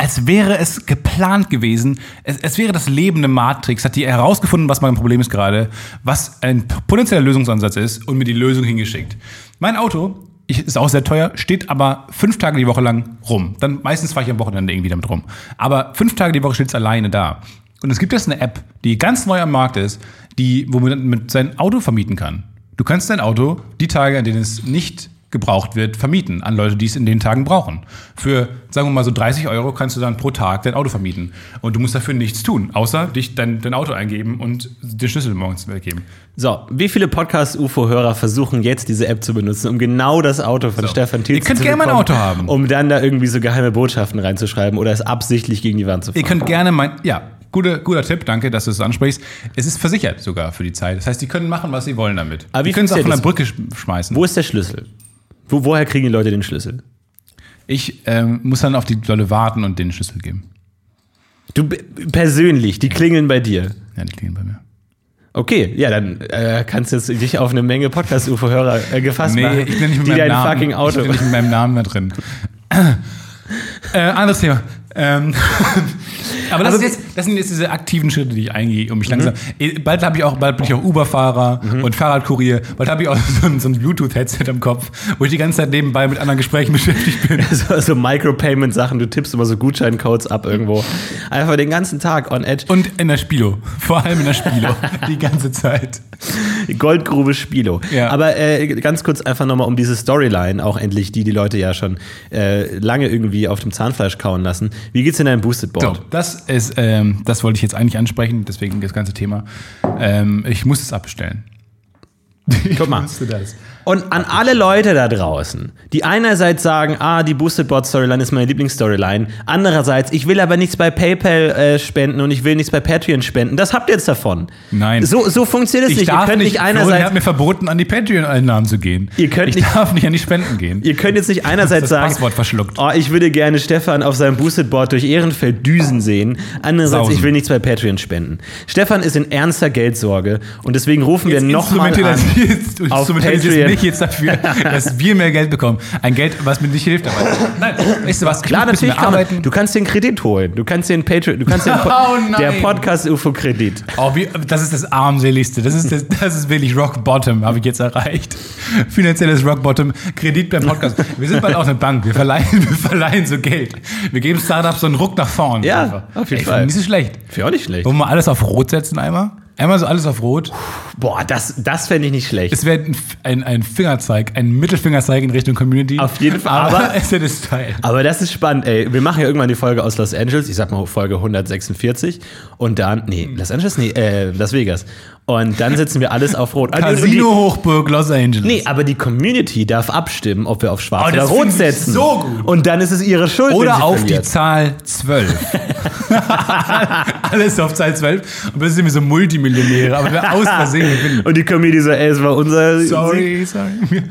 als wäre es geplant gewesen, es, es wäre das lebende Matrix, hat die herausgefunden, was mein Problem ist gerade, was ein potenzieller Lösungsansatz ist und mir die Lösung hingeschickt. Mein Auto ich, ist auch sehr teuer, steht aber fünf Tage die Woche lang rum. Dann meistens fahre ich am Wochenende irgendwie damit rum. Aber fünf Tage die Woche steht es alleine da. Und es gibt jetzt eine App, die ganz neu am Markt ist, die, wo man mit sein Auto vermieten kann. Du kannst dein Auto die Tage, an denen es nicht gebraucht wird, vermieten an Leute, die es in den Tagen brauchen. Für, sagen wir mal so 30 Euro kannst du dann pro Tag dein Auto vermieten. Und du musst dafür nichts tun, außer dich dein, dein Auto eingeben und den Schlüssel morgens weggeben.
So, wie viele Podcast-UFO-Hörer versuchen jetzt diese App zu benutzen, um genau das Auto von Stefan Thiel
Ihr könnt
zu
gerne mein
bekommen,
Auto haben.
Um dann da irgendwie so geheime Botschaften reinzuschreiben oder es absichtlich gegen die Wand zu
Ihr
fahren.
könnt gerne mein, ja, gute, guter Tipp, danke, dass du es ansprichst. Es ist versichert sogar für die Zeit. Das heißt, die können machen, was sie wollen damit.
Aber wie
die können es auch von der
funktioniert
Brücke sch- schmeißen.
Wo ist der Schlüssel? Wo, woher kriegen die Leute den Schlüssel?
Ich ähm, muss dann auf die Leute warten und denen den Schlüssel geben.
Du b- persönlich, die klingeln bei dir.
Ja, die klingen bei mir.
Okay, ja, dann äh, kannst du jetzt dich auf eine Menge Podcast-UFO-Hörer äh, gefasst machen,
Nee, ich bin nicht mit
die
meinem
dein
Namen.
fucking
Ich
Auto.
bin nicht mit meinem Namen mehr drin. äh, anderes Thema. Ähm, aber das,
Aber
ist jetzt, das sind jetzt diese aktiven Schritte, die ich eingehe, um mich
Mhm.
langsam. Eh, Bald habe ich auch, bald bin ich auch Uber-Fahrer und Fahrradkurier. Bald habe ich auch so ein, so ein Bluetooth-Headset im Kopf, wo ich die ganze Zeit nebenbei mit anderen Gesprächen beschäftigt bin.
so, so Micropayment-Sachen, du tippst immer so Gutscheincodes ab irgendwo. Einfach den ganzen Tag on edge.
Und in der Spilo. Vor allem in der Spilo. die ganze Zeit.
Goldgrube Spilo.
Ja.
Aber äh, ganz kurz einfach nochmal um diese Storyline, auch endlich, die die Leute ja schon äh, lange irgendwie auf dem Zahnfleisch kauen lassen. Wie geht's in deinem Boosted
So,
Board?
das ist, ähm, das wollte ich jetzt eigentlich ansprechen, deswegen das ganze Thema. Ähm, ich muss es abbestellen.
Guck mal.
Musste das.
Und an alle Leute da draußen, die einerseits sagen, ah, die Boosted Board Storyline ist meine Lieblingsstoryline, andererseits, ich will aber nichts bei PayPal äh, spenden und ich will nichts bei Patreon spenden, das habt ihr jetzt davon.
Nein.
So, so funktioniert es
Ich
nicht. Ihr
darf
könnt
nicht,
nicht
Florian hat
einerseits.
mir verboten, an die Patreon-Einnahmen zu gehen.
Ihr könnt
ich
nicht-
darf nicht an die Spenden gehen.
Ihr könnt jetzt nicht einerseits
Das
sagen,
Passwort verschluckt.
Oh, ich würde gerne Stefan auf seinem Boosted Board durch Ehrenfeld düsen sehen. Andererseits,
Sausen.
ich will nichts bei Patreon spenden. Stefan ist in ernster Geldsorge und deswegen rufen wir nochmal an.
Instrumentalisiert-
auf
instrumentalisiert
Patreon.
mich jetzt dafür, dass wir mehr Geld bekommen. Ein Geld, was mir nicht hilft dabei. Nein, weißt du was? Ich
Klar,
muss ein bisschen
natürlich kann
mehr
man,
arbeiten.
Du kannst den Kredit holen. Du kannst den Patreon, du kannst den Po-
Oh nein.
der Podcast UFO Kredit.
Oh, wie, das ist das armseligste. Das ist, das, das ist wirklich Rock Bottom, habe ich jetzt erreicht. Finanzielles Rock Bottom, Kredit beim Podcast. Wir sind bald auch eine Bank. Wir verleihen, wir verleihen so Geld. Wir geben Startups so einen Ruck nach vorn.
Ja,
Einfach.
auf jeden
Ey,
Fall.
Nicht so schlecht.
Wäre auch nicht schlecht.
Wollen wir alles auf Rot setzen einmal? Einmal so alles auf Rot.
Boah, das, das fände ich nicht schlecht.
Es wäre ein, F- ein, ein Fingerzeig, ein Mittelfingerzeig in Richtung Community.
Auf jeden Fall,
Aber
aber-
es wäre das Teil.
Aber das ist spannend, ey. Wir machen ja irgendwann die Folge aus Los Angeles. Ich sag mal Folge 146. Und dann, nee, Los Angeles, nee, äh, Las Vegas. Und dann setzen wir alles auf Rot. Ah, Und die-
Casino Hochburg Los Angeles.
Nee, aber die Community darf abstimmen, ob wir auf Schwarz
Oh,
oder
das
Rot
find ich
setzen.
so gut.
Und dann ist es ihre Schuld. wenn sie
Oder auf die
verliert.
Zahl 12. Alles auf Zahl 12. Und das sind wir so Multimillionäre, aber wir aus Versehen gewinnen.
Und die Community so, ey, es war unser. Sieg.
Sorry, sorry.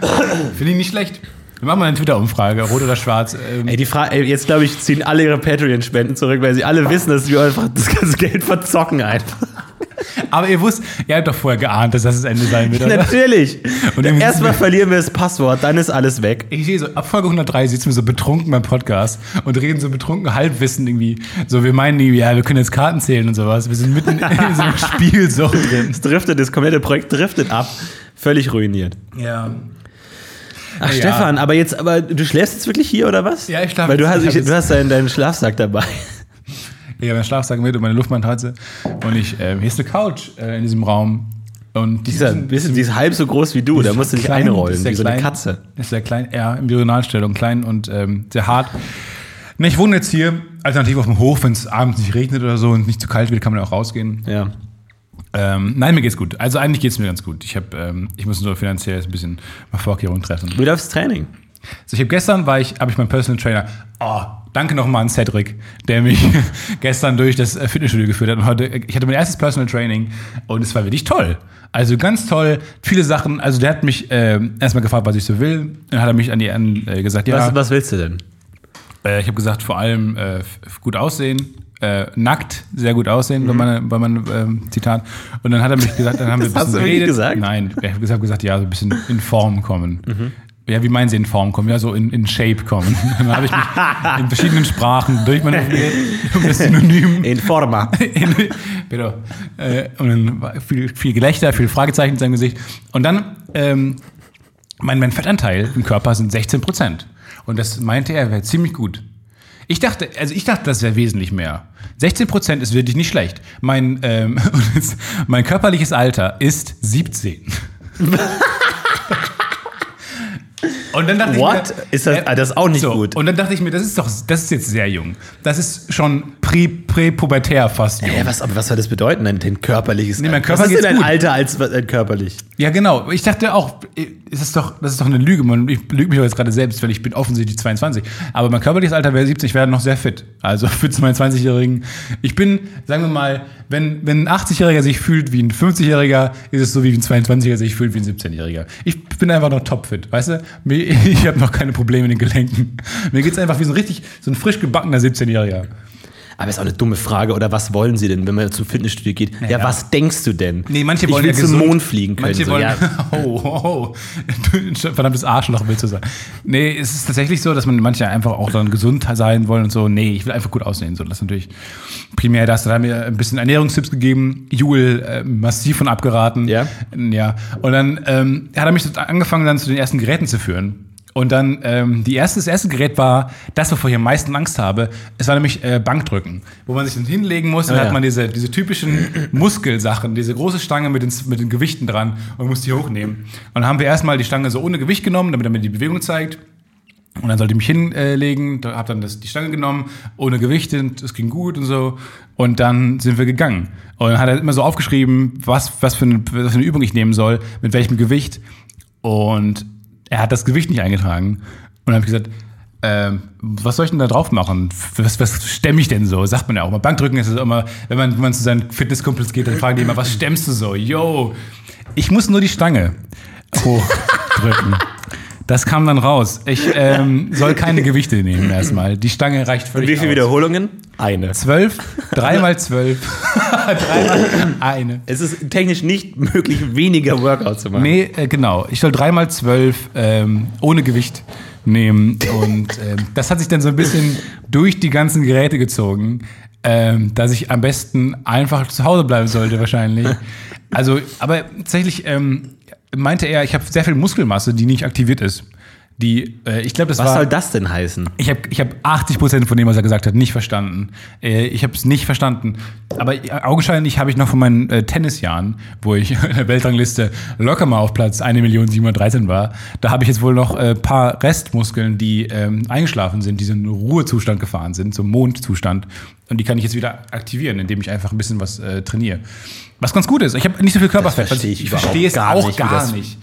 Finde ich nicht schlecht. Wir machen mal eine Twitter-Umfrage, rot oder schwarz. Ähm,
Ey, die Frage, ey, jetzt glaube ich, ziehen alle ihre Patreon-Spenden zurück, weil sie alle wissen, dass wir einfach das ganze Geld verzocken einfach.
aber ihr wusst, ihr habt doch vorher geahnt, dass das das Ende sein wird. Oder?
Natürlich.
Und dann
Erstmal verlieren wir das Passwort, dann ist alles weg.
Ich sehe so, ab Folge 103 sitzen wir so betrunken beim Podcast und reden so betrunken, halbwissen irgendwie. So, wir meinen irgendwie, ja, wir können jetzt Karten zählen und sowas. Wir sind mitten in so einem Spiel so drin.
Es driftet, das komplette Projekt driftet ab. Völlig ruiniert.
Ja.
Ach,
Ja.
Stefan, aber jetzt, aber du schläfst jetzt wirklich hier oder was?
Ja, ich schlafe
Weil du
jetzt.
hast,
Ich hab
ich,
jetzt-
du hast deinen, deinen Schlafsack dabei.
Ich habe einen Schlafsack mit und meine Luftmatratze. Und ich, äh, hier ist eine Couch äh, in diesem Raum. Und die
Dieser, wissen, die ist halb so groß wie du, da musst du dich
klein,
einrollen,
ist sehr
wie so eine
klein,
Katze.
Ist sehr klein, ja, in Diagonalstellung, klein und ähm, sehr hart. Ne, ich wohne jetzt hier, alternativ auf dem Hof, wenn es abends nicht regnet oder so und nicht zu kalt wird, kann man ja auch rausgehen.
Ja.
Ähm, nein, mir geht's gut. Also eigentlich geht's mir ganz gut. Ich habe, ähm, ich muss nur finanziell jetzt ein bisschen mal Vorkehrungen treffen.
Du darfst Training.
So, ich habe gestern war ich, habe ich meinen Personal Trainer. Oh, danke nochmal an Cedric, der mich gestern durch das äh, Fitnessstudio geführt hat. Und heute, ich hatte mein erstes Personal Training und es war wirklich toll. Also ganz toll, viele Sachen. Also der hat mich ähm, erstmal gefragt, was ich so will. Dann hat er mich an die an, äh, gesagt, ja,
Was, was willst du denn?
äh, ich habe gesagt, vor allem äh, f- gut aussehen. Äh, nackt, sehr gut aussehen,
Mhm.
bei meinem bei meinem, ähm, Zitat. Und dann hat er mich gesagt, dann haben wir ein bisschen
Das hast du wirklich
geredet.
gesagt? Mhm.
Nein, ich habe gesagt, gesagt, ja, so ein bisschen in Form kommen. Ja, wie meinen Sie in Form kommen? Ja, so in, in Shape kommen. Dann habe ich mich in verschiedenen Sprachen durchmanövriert, um das Synonym
In Forma.
in, bitte. Äh, und dann war viel, viel Gelächter, viel Fragezeichen in seinem Gesicht. Und dann, ähm, mein, mein Fettanteil im Körper sind 16 Prozent. Und das meinte er, wäre ziemlich gut. Ich dachte, also ich dachte, das wäre wesentlich mehr. 16 Prozent ist wirklich nicht schlecht. Mein, ähm, und jetzt, mein körperliches Alter ist 17. Und dann dachte
What?
ich mir,
Ist das,
äh,
ah, das ist auch nicht
so,
gut.
Und dann dachte ich mir, das ist doch, das ist jetzt sehr jung. Das ist schon prä- präpubertär fast jung.
Hä, was, aber was soll das bedeuten, dein, dein körperliches
mein
Alter?
Körper
Was ist denn
geht's
dein
gut.
Alter als als körperlich?
Ja, genau. Ich dachte auch, äh, es ist doch, das ist doch eine Lüge. Man, ich lüge mich aber jetzt gerade selbst, weil ich bin offensichtlich 22. Aber mein körperliches Alter wäre 70, wäre noch sehr fit. Also für 22-Jährigen. Ich bin, sagen wir mal, wenn, wenn ein 80-Jähriger sich fühlt wie ein 50-Jähriger, ist es so, wie ein 22-Jähriger sich fühlt wie ein 17-Jähriger. Ich bin einfach noch topfit, weißt du? Mir- Ich habe noch keine Probleme in den Gelenken. Mir geht's einfach wie so ein richtig, so ein frisch gebackener 17-Jähriger.
Aber ist auch eine dumme Frage. Oder was wollen sie denn, wenn man zum Fitnessstudio geht? Ja,
ja.
was denkst du denn?
Nee, manche
ich
wollen
will
ja
zum
gesund-
Mond fliegen können.
Manche
so,
wollen,
ja.
oh, oh, oh. Du ein verdammtes Arschloch willst du sein. Nee, es ist tatsächlich so, dass man manche einfach auch dann gesund sein wollen und so. Nee, ich will einfach gut aussehen. So, das ist natürlich primär das. Da haben wir ein bisschen Ernährungstipps gegeben. Jule äh, massiv von abgeraten.
Ja.
Ja. Und dann ähm, hat er mich so angefangen, dann zu den ersten Geräten zu führen. Und dann, ähm, die erste, das erste Gerät war das, wovor ich am meisten Angst habe. Es war nämlich äh, Bankdrücken, wo man sich dann hinlegen muss. Dann
Ah, ja.
hat man diese, diese typischen Muskelsachen, diese große Stange mit den, mit den Gewichten dran und muss die hochnehmen. Und dann haben wir erstmal die Stange so ohne Gewicht genommen, damit er mir die Bewegung zeigt. Und dann sollte ich mich hinlegen, da hab dann das, die Stange genommen, ohne Gewichte, und es ging gut und so. Und dann sind wir gegangen. Und dann hat er immer so aufgeschrieben, was, was, für eine, was für eine Übung ich nehmen soll, mit welchem Gewicht. Und er hat das Gewicht nicht eingetragen. Und dann habe ich gesagt, ähm, was soll ich denn da drauf machen? Was, was stemme ich denn so? Sagt man ja auch mal. Bankdrücken ist es immer, wenn man, wenn man zu seinen Fitnesskumpels geht, dann fragen die immer, was stemmst du so? Yo, ich muss nur die Stange hochdrücken. Das kam dann raus. Ich ähm, soll keine Gewichte nehmen erstmal. Die Stange reicht völlig
Wie viele
aus.
Wiederholungen? Eine.
Zwölf, dreimal zwölf, dreimal eine.
Es ist technisch nicht möglich, weniger Workout zu machen.
Nee, äh, genau. Ich soll dreimal zwölf ähm, ohne Gewicht nehmen. Und ähm, das hat sich dann so ein bisschen durch die ganzen Geräte gezogen, ähm, dass ich am besten einfach zu Hause bleiben sollte wahrscheinlich. Also, aber tatsächlich ähm, meinte er, ich habe sehr viel Muskelmasse, die nicht aktiviert ist. die, äh, ich glaube, das
Was
war.
soll das denn heißen?
Ich habe ich hab 80% von dem, was er gesagt hat, nicht verstanden. Äh, ich habe es nicht verstanden. Aber äh, augenscheinlich habe ich noch von meinen äh, Tennisjahren, wo ich in der Weltrangliste locker mal auf Platz 1.713 war, da habe ich jetzt wohl noch ein äh, paar Restmuskeln, die ähm, eingeschlafen sind, die so in einen Ruhezustand gefahren sind, so einen Mondzustand. Und die kann ich jetzt wieder aktivieren, indem ich einfach ein bisschen was äh, trainiere. Was ganz gut ist. Ich habe nicht so viel Körperfett.
verstehe ich
ich
überhaupt
verstehe es
gar
auch
nicht, wie
gar
das-
nicht.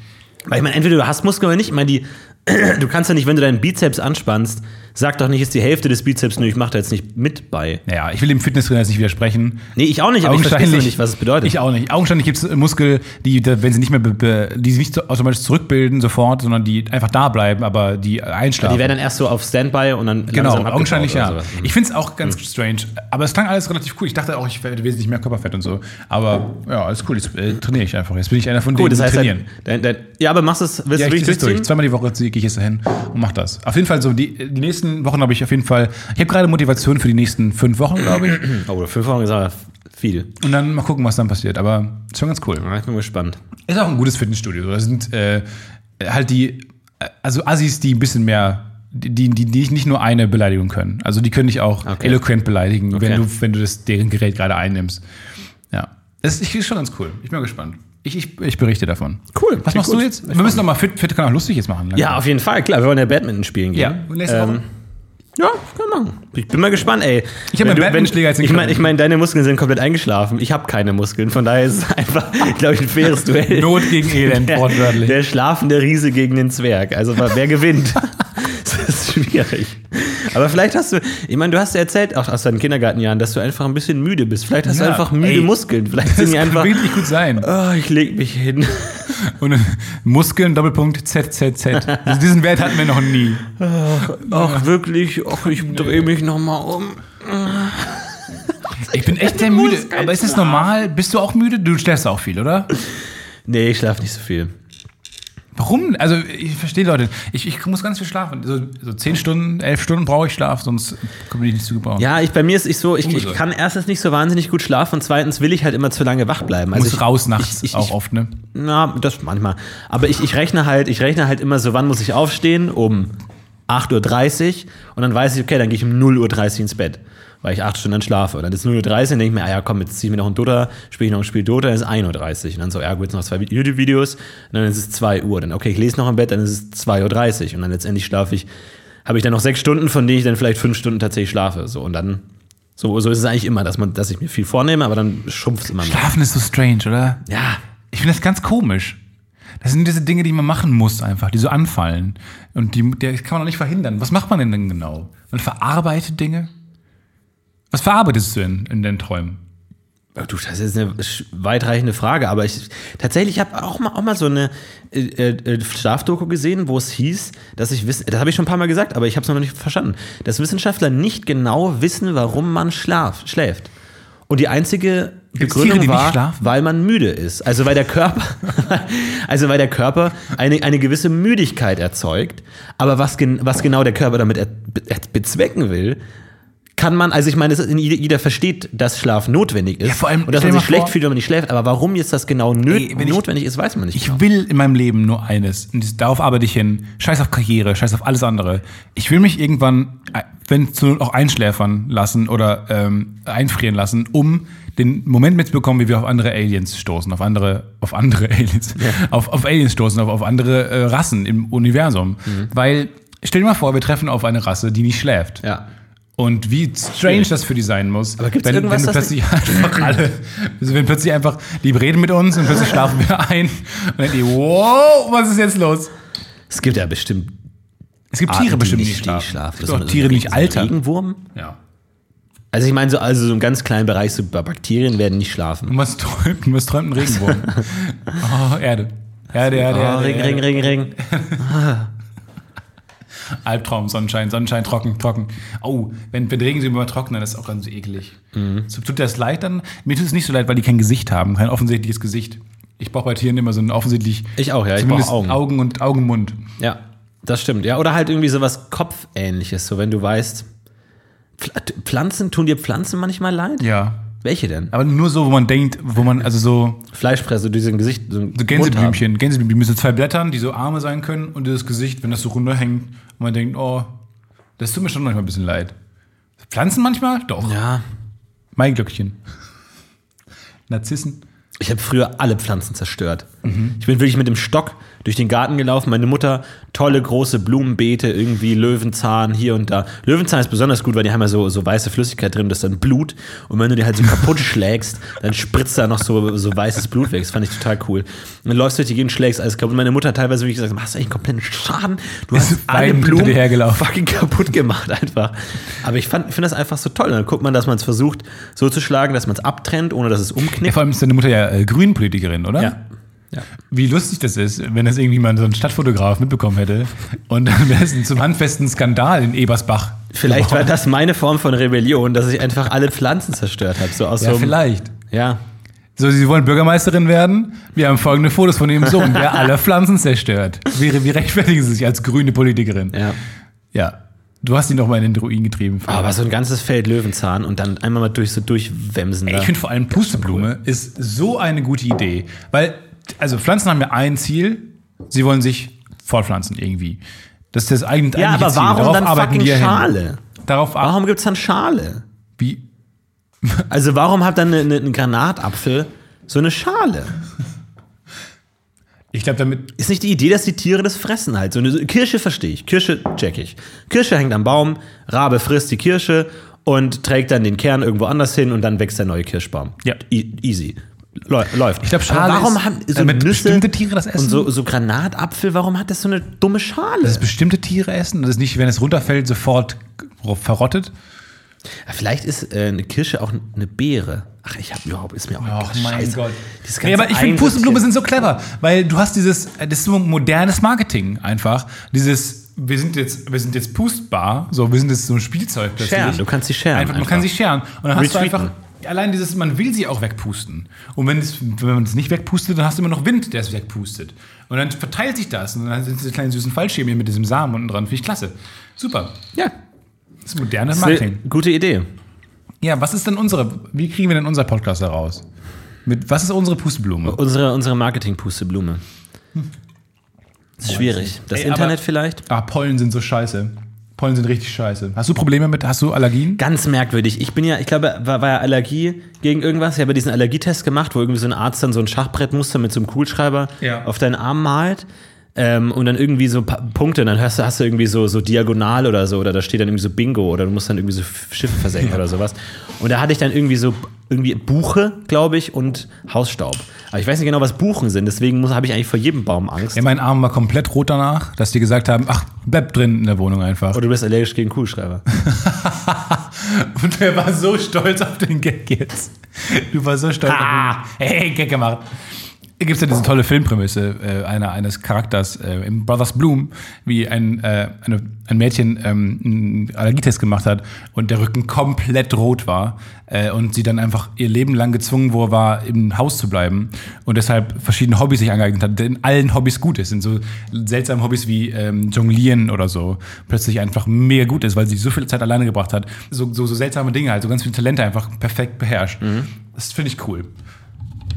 Weil ich meine, entweder du hast Muskeln oder nicht. Ich meine, die, du kannst ja nicht, wenn du deinen Bizeps anspannst, sag doch nicht, ist die Hälfte des Bizeps, nö, ich mache da jetzt nicht mit bei.
Naja, ich will dem Fitnesstrainer jetzt nicht widersprechen.
Nee, ich auch nicht, aber ich verstehe doch nicht, was es bedeutet.
Ich auch nicht. Augenscheinlich gibt es Muskeln, die, da- wenn sie nicht mehr, be- be- die sich nicht so automatisch zurückbilden sofort, sondern die einfach da bleiben, aber die einschlafen.
die werden dann erst so auf Standby und dann
genau,
langsam abgebaut
augenscheinlich
oder
ja.
sowas. ne? Hm.
Ich finde es auch ganz strange, aber es klang alles relativ cool. Ich dachte auch, ich werde wesentlich mehr Körperfett und so. Aber ja, alles cool, jetzt äh, trainiere ich einfach. Jetzt bin ich einer von denen,
Gut, das
die
heißt,
trainieren.
dein, dein, dein, ja, aber machst du es, willst
Ja,
du
ich
wirklich
ziehe es
durchziehen?
durch. Zweimal die Woche gehe ich jetzt dahin und mache das. Auf jeden Fall so, die, die nächsten Wochen habe ich auf jeden Fall, ich habe gerade Motivation für die nächsten fünf Wochen, glaube ich.
Oh, oder fünf Wochen ist aber viel.
Und dann mal gucken, was dann passiert. Aber ist schon ganz cool.
Ja, ich bin gespannt.
Ist auch ein gutes Fitnessstudio. Da sind äh, halt die, äh, also Assis, die ein bisschen mehr, die, die, die nicht nur eine Beleidigung können. Also die können dich auch
Okay.
eloquent beleidigen,
Okay.
wenn du, wenn du das, deren Gerät gerade einnimmst. Ja. Das ist, ist schon ganz cool. Ich bin mal gespannt. Ich, ich, ich berichte davon.
Cool.
Was
Klingt
machst
gut.
du jetzt? Wir müssen noch mal fit, fit kann auch lustig jetzt machen. ne?
Ja, auf jeden Fall, klar, wir wollen ja Ähm, Badminton spielen gehen. Äh,
ja. Und nächste Woche?
Ja, kann man. Ich bin mal gespannt, ey.
Ich hab
Wenn
meinen
du-
Badmintonschläger jetzt in
wenn- Ich
Köln.
meine, ich mein, deine Muskeln sind komplett eingeschlafen. Ich habe keine Muskeln, von daher ist es einfach, glaube ich, ein faires Duell.
Not gegen Elend,
der,
wortwörtlich.
der schlafende Riese gegen den Zwerg. Also wer gewinnt? das ist schwierig. Aber vielleicht hast du, ich meine, du hast ja erzählt, auch aus deinen Kindergartenjahren, dass du einfach ein bisschen müde bist. Vielleicht hast
Ja,
du einfach müde
ey,
Muskeln. Vielleicht sind
Das
die
kann
einfach,
wirklich gut sein.
oh, ich leg mich hin.
Und äh, Muskeln, Doppelpunkt, ZZZ. Also diesen Wert hatten wir noch nie.
Ach, wirklich, ach, ich drehe mich nochmal um.
Ich bin echt sehr müde. Aber ist es normal? Bist du auch müde? Du schläfst auch viel, oder?
Nee, ich schlafe nicht so viel.
Warum? Also ich verstehe Leute. Ich, ich muss ganz viel schlafen. So, so 10 Stunden, 11 Stunden brauche ich Schlaf, sonst komme ich nicht zu gebrauchen.
Ja, ich, bei mir ist ich so, ich, ich
Ungesund.
kann erstens nicht so wahnsinnig gut schlafen und zweitens will ich halt immer zu lange wach bleiben.
muss
Also ich,
raus nachts
ich- ich-
auch oft, ne?
na, das manchmal. Aber ich, ich rechne halt, ich rechne halt immer so, wann muss ich aufstehen? Um 8.30 Uhr und dann weiß ich, okay, dann gehe ich um 0.30 Uhr ins Bett, weil ich acht Stunden dann schlafe. Und dann ist 0.30 Uhr, dann denke ich mir, ah ja, komm, jetzt ziehe ich mir noch einen Dota, spiele ich noch ein Spiel Dota, dann ist 1.30 Uhr. Und dann so, ja gut, jetzt noch zwei YouTube-Videos, und dann ist es 2 Uhr. Dann, okay, ich lese noch im Bett, dann ist es 2.30 Uhr. Und dann letztendlich schlafe ich, habe ich dann noch sechs Stunden, von denen ich dann vielleicht fünf Stunden tatsächlich schlafe. So, und dann, so, so ist es eigentlich immer, dass, man, dass ich mir viel vornehme, aber dann schrumpft es immer mehr.
Schlafen ist so strange, oder?
Ja,
Ich finde das ganz komisch. Das sind diese Dinge, die man machen muss einfach, die so anfallen. Und die, die kann man auch nicht verhindern. Was macht man denn denn genau? Man verarbeitet Dinge? Was verarbeitest du denn in deinen Träumen?
Oh, Du, das ist eine sch- weitreichende Frage, aber ich tatsächlich habe auch mal, auch mal so eine äh, äh, Strafdoku gesehen, wo es hieß, dass ich wissen, das habe ich schon ein paar Mal gesagt, aber ich habe es noch nicht verstanden, dass Wissenschaftler nicht genau wissen, warum man schlaf, schläft. Und die einzige
Gibt's Tiere,
Begründung
die nicht
war,
schlafen?
weil man müde ist. Also weil der Körper, also weil der Körper eine, eine gewisse Müdigkeit erzeugt. Aber was, gen, was genau der Körper damit er, be, er- bezwecken will, kann man, also ich meine, es ist, jeder jeder versteht, dass Schlaf notwendig ist.
Ja, vor allem,
und dass
stell
man
dir
sich
mal
schlecht
vor-
fühlt, wenn man nicht schläft. Aber warum jetzt das genau nö-
Ey, wenn ich-
notwendig ist, weiß man nicht.
Ich will in meinem Leben nur eines. Und das- darauf arbeite ich hin. Scheiß auf Karriere, scheiß auf alles andere. Ich will mich irgendwann, äh, wenn zur Not auch einschläfern lassen oder ähm, einfrieren lassen, um den Moment mitzubekommen, wie wir auf andere Aliens stoßen, auf andere, auf andere Aliens, auf, auf Aliens stoßen, auf, auf andere äh, Rassen im Universum.
Mhm.
Weil, stell dir mal vor, wir treffen auf eine Rasse, die nicht schläft.
ja.
Und wie strange das für die sein muss. Aber
gibt's
wenn,
irgendwas,
wenn du
das
plötzlich einfach alle, also wenn plötzlich einfach, die reden mit uns und plötzlich schlafen wir ein. Und dann die, wow, was ist jetzt los?
Es gibt ja bestimmt
Es gibt
Arten,
Tiere bestimmt, Ah, die
die
nicht schlafen. Es gibt
So-
auch
so-
Tiere, die nicht
so ein
altern.
Regenwurm?
Ja.
Also ich meine, so, also so im ganz kleinen Bereich, so bei Bakterien werden nicht schlafen.
Und was träumt, was träumt ein Regenwurm? oh, Erde. Erde, Erde, Erde.
Oh,
Erde,
Ring,
Erde.
Ring, Ring, Ring.
Albtraum, Sonnenschein, Sonnenschein, trocken, trocken. Oh, wenn, wenn Regen sie immer trocknen, das ist auch ganz eklig.
Mhm.
So, tut dir das leid dann? Mir tut es nicht so leid, weil die kein Gesicht haben, kein offensichtliches Gesicht. Ich brauche bei Tieren immer so ein offensichtlich.
Ich auch, ja, ich
zumindest
brauch Augen.
Augen und Augenmund.
Ja, das stimmt. Ja, oder halt irgendwie sowas Kopfähnliches, so wenn du weißt, Pfl- Pflanzen, tun dir Pflanzen manchmal leid?
Ja.
Welche denn?
Aber nur so, wo man denkt, wo man, also so,
Fleischpresse, die sind Gesicht. So
so Gänseblümchen, Gänseblümchen mit so zwei Blättern, die so Arme sein können und das Gesicht, wenn das so runterhängt und man denkt, oh, das tut mir schon manchmal ein bisschen leid. Pflanzen manchmal? Doch.
Ja.
Mein Glöckchen. Narzissen.
Ich habe früher alle Pflanzen zerstört. Ich bin wirklich mit dem Stock durch den Garten gelaufen. Meine Mutter, tolle große Blumenbeete, irgendwie Löwenzahn hier und da. Löwenzahn ist besonders gut, weil die haben ja so, so weiße Flüssigkeit drin, das ist dann Blut. Und wenn du die halt so kaputt schlägst, dann spritzt da noch so, so weißes Blut weg. Das fand ich total cool. Und dann läufst du durch die Gegend, schlägst alles kaputt. Und meine Mutter hat teilweise wirklich gesagt, machst du eigentlich einen kompletten Schaden? Du hast
Ist
alle
weinend
Blumen
hinterhergelaufen.
fucking kaputt gemacht einfach. Aber ich fand- finde das einfach so toll. Und dann guckt man, dass man es versucht so zu schlagen, dass man es abtrennt, ohne dass es umknickt.
Ja, vor allem ist deine Mutter ja äh, Grünpolitikerin, oder?
Ja. ja.
Wie lustig das ist, wenn das irgendwie mal so ein Stadtfotograf mitbekommen hätte und dann wäre es ein zum handfesten Skandal in Ebersbach.
Vielleicht war das meine Form von Rebellion, dass ich einfach alle Pflanzen zerstört habe. So aus
Ja,
so einem,
vielleicht.
ja.
So, Sie wollen Bürgermeisterin werden? Wir haben folgende Fotos von Ihrem Sohn, der alle Pflanzen zerstört. Wie, wie rechtfertigen Sie sich als grüne Politikerin?
ja.
Ja. Du hast ihn doch mal in den Ruin getrieben.
Aber so ein ganzes Feld Löwenzahn und dann einmal mal durch so durchwemsen.
Ich
da.
finde vor allem Pusteblume ist so eine gute Idee, weil also Pflanzen haben ja ein Ziel, sie wollen sich fortpflanzen irgendwie. Das ist das eigentliche
Ja, aber
Ziel.
warum
Darauf
dann
arbeiten
fucking
wir hin.
Schale?
Darauf ab,
Warum gibt es dann Schale?
wie
Also warum hat dann eine, eine, ein Granatapfel so eine Schale?
ich glaube damit
Ist nicht die Idee, dass die Tiere das fressen halt. So eine so- Kirsche verstehe ich, Kirsche check ich. Kirsche hängt am Baum, Rabe frisst die Kirsche und trägt dann den Kern irgendwo anders hin und dann wächst der neue Kirschbaum.
Ja.
E easy. Läu läuft.
Ich glaub, Schale
Aber warum
ist-
haben so
damit
Nüsse
bestimmte Tiere das
und
essen?
so, so Granatapfel, warum hat das so eine dumme Schale?
dass bestimmte Tiere essen und es nicht, wenn es runterfällt, sofort verrottet.
Ja, Vielleicht ist äh, eine Kirsche auch eine Beere. Ach, ich habe überhaupt ist mir auch
Ach mein
Scheiße.
Gott.
Dieses
Nee,
ganze
aber ich finde,
Einsortieren.
Pusteblume sind so clever, weil du hast dieses, äh, das ist so modernes Marketing einfach. Dieses, wir sind jetzt, wir sind jetzt pustbar, so, wir sind jetzt so ein Spielzeug plötzlich.
Scheren, du kannst sie scheren
Einfach, Man
einfach.
kann sie scheren. Und dann hast du
Retweeten.
einfach, allein dieses, man will sie auch wegpusten. Und wenn, es, wenn man es nicht wegpustet, dann hast du immer noch Wind, der es wegpustet. Und dann verteilt sich das. Und dann sind diese kleinen süßen Fallschirme mit diesem Samen unten dran. Finde ich klasse. Super.
Ja,
Das ist modernes
das ist eine
Marketing.
gute Idee.
Ja, was ist denn unsere, wie kriegen wir denn unser Podcast heraus? Mit, was ist unsere Pusteblume?
Unsere, unsere Marketing-Pusteblume. Ist schwierig. Das
Ey, aber-
Internet vielleicht?
Ah, Pollen sind so scheiße. Pollen sind richtig scheiße. Hast du Probleme mit, hast du Allergien?
Ganz merkwürdig. Ich bin ja, ich glaube, war, war ja Allergie gegen irgendwas. Ich habe ja diesen Allergietest gemacht, wo irgendwie so ein Arzt dann so ein Schachbrettmuster mit so einem Kugelschreiber
Ja.
auf deinen Arm malt. Ähm, und dann irgendwie so pa- Punkte, und dann hast du, hast du irgendwie so, so diagonal oder so, oder da steht dann irgendwie so Bingo, oder du musst dann irgendwie so F- Schiffe versenken oder sowas. Und da hatte ich dann irgendwie so irgendwie Buche, glaube ich, und Hausstaub. Aber ich weiß nicht genau, was Buchen sind, deswegen muss- habe ich eigentlich vor jedem Baum Angst.
Ja, mein Arm war komplett rot danach, dass die gesagt haben, ach, bleib drin in der Wohnung einfach.
Oder Oh, du bist allergisch gegen Kugelschreiber.
Und der war so stolz auf den Gag jetzt. Du warst so stolz
Ha!
auf den Ah, Hey, Gag gemacht. Hier gibt es ja diese tolle Filmprämisse äh, einer, eines Charakters äh, im Brothers Bloom, wie ein, äh, eine, ein Mädchen ähm, einen Allergietest gemacht hat und der Rücken komplett rot war äh, und sie dann einfach ihr Leben lang gezwungen wurde, war, im Haus zu bleiben und deshalb verschiedene Hobbys sich angeeignet hat, der in allen Hobbys gut ist. In so seltsamen Hobbys wie ähm, Jonglieren oder so plötzlich einfach mega gut ist, weil sie so viel Zeit alleine gebracht hat. So, so, so seltsame Dinge, halt, so ganz viele Talente einfach perfekt beherrscht. Das finde ich cool.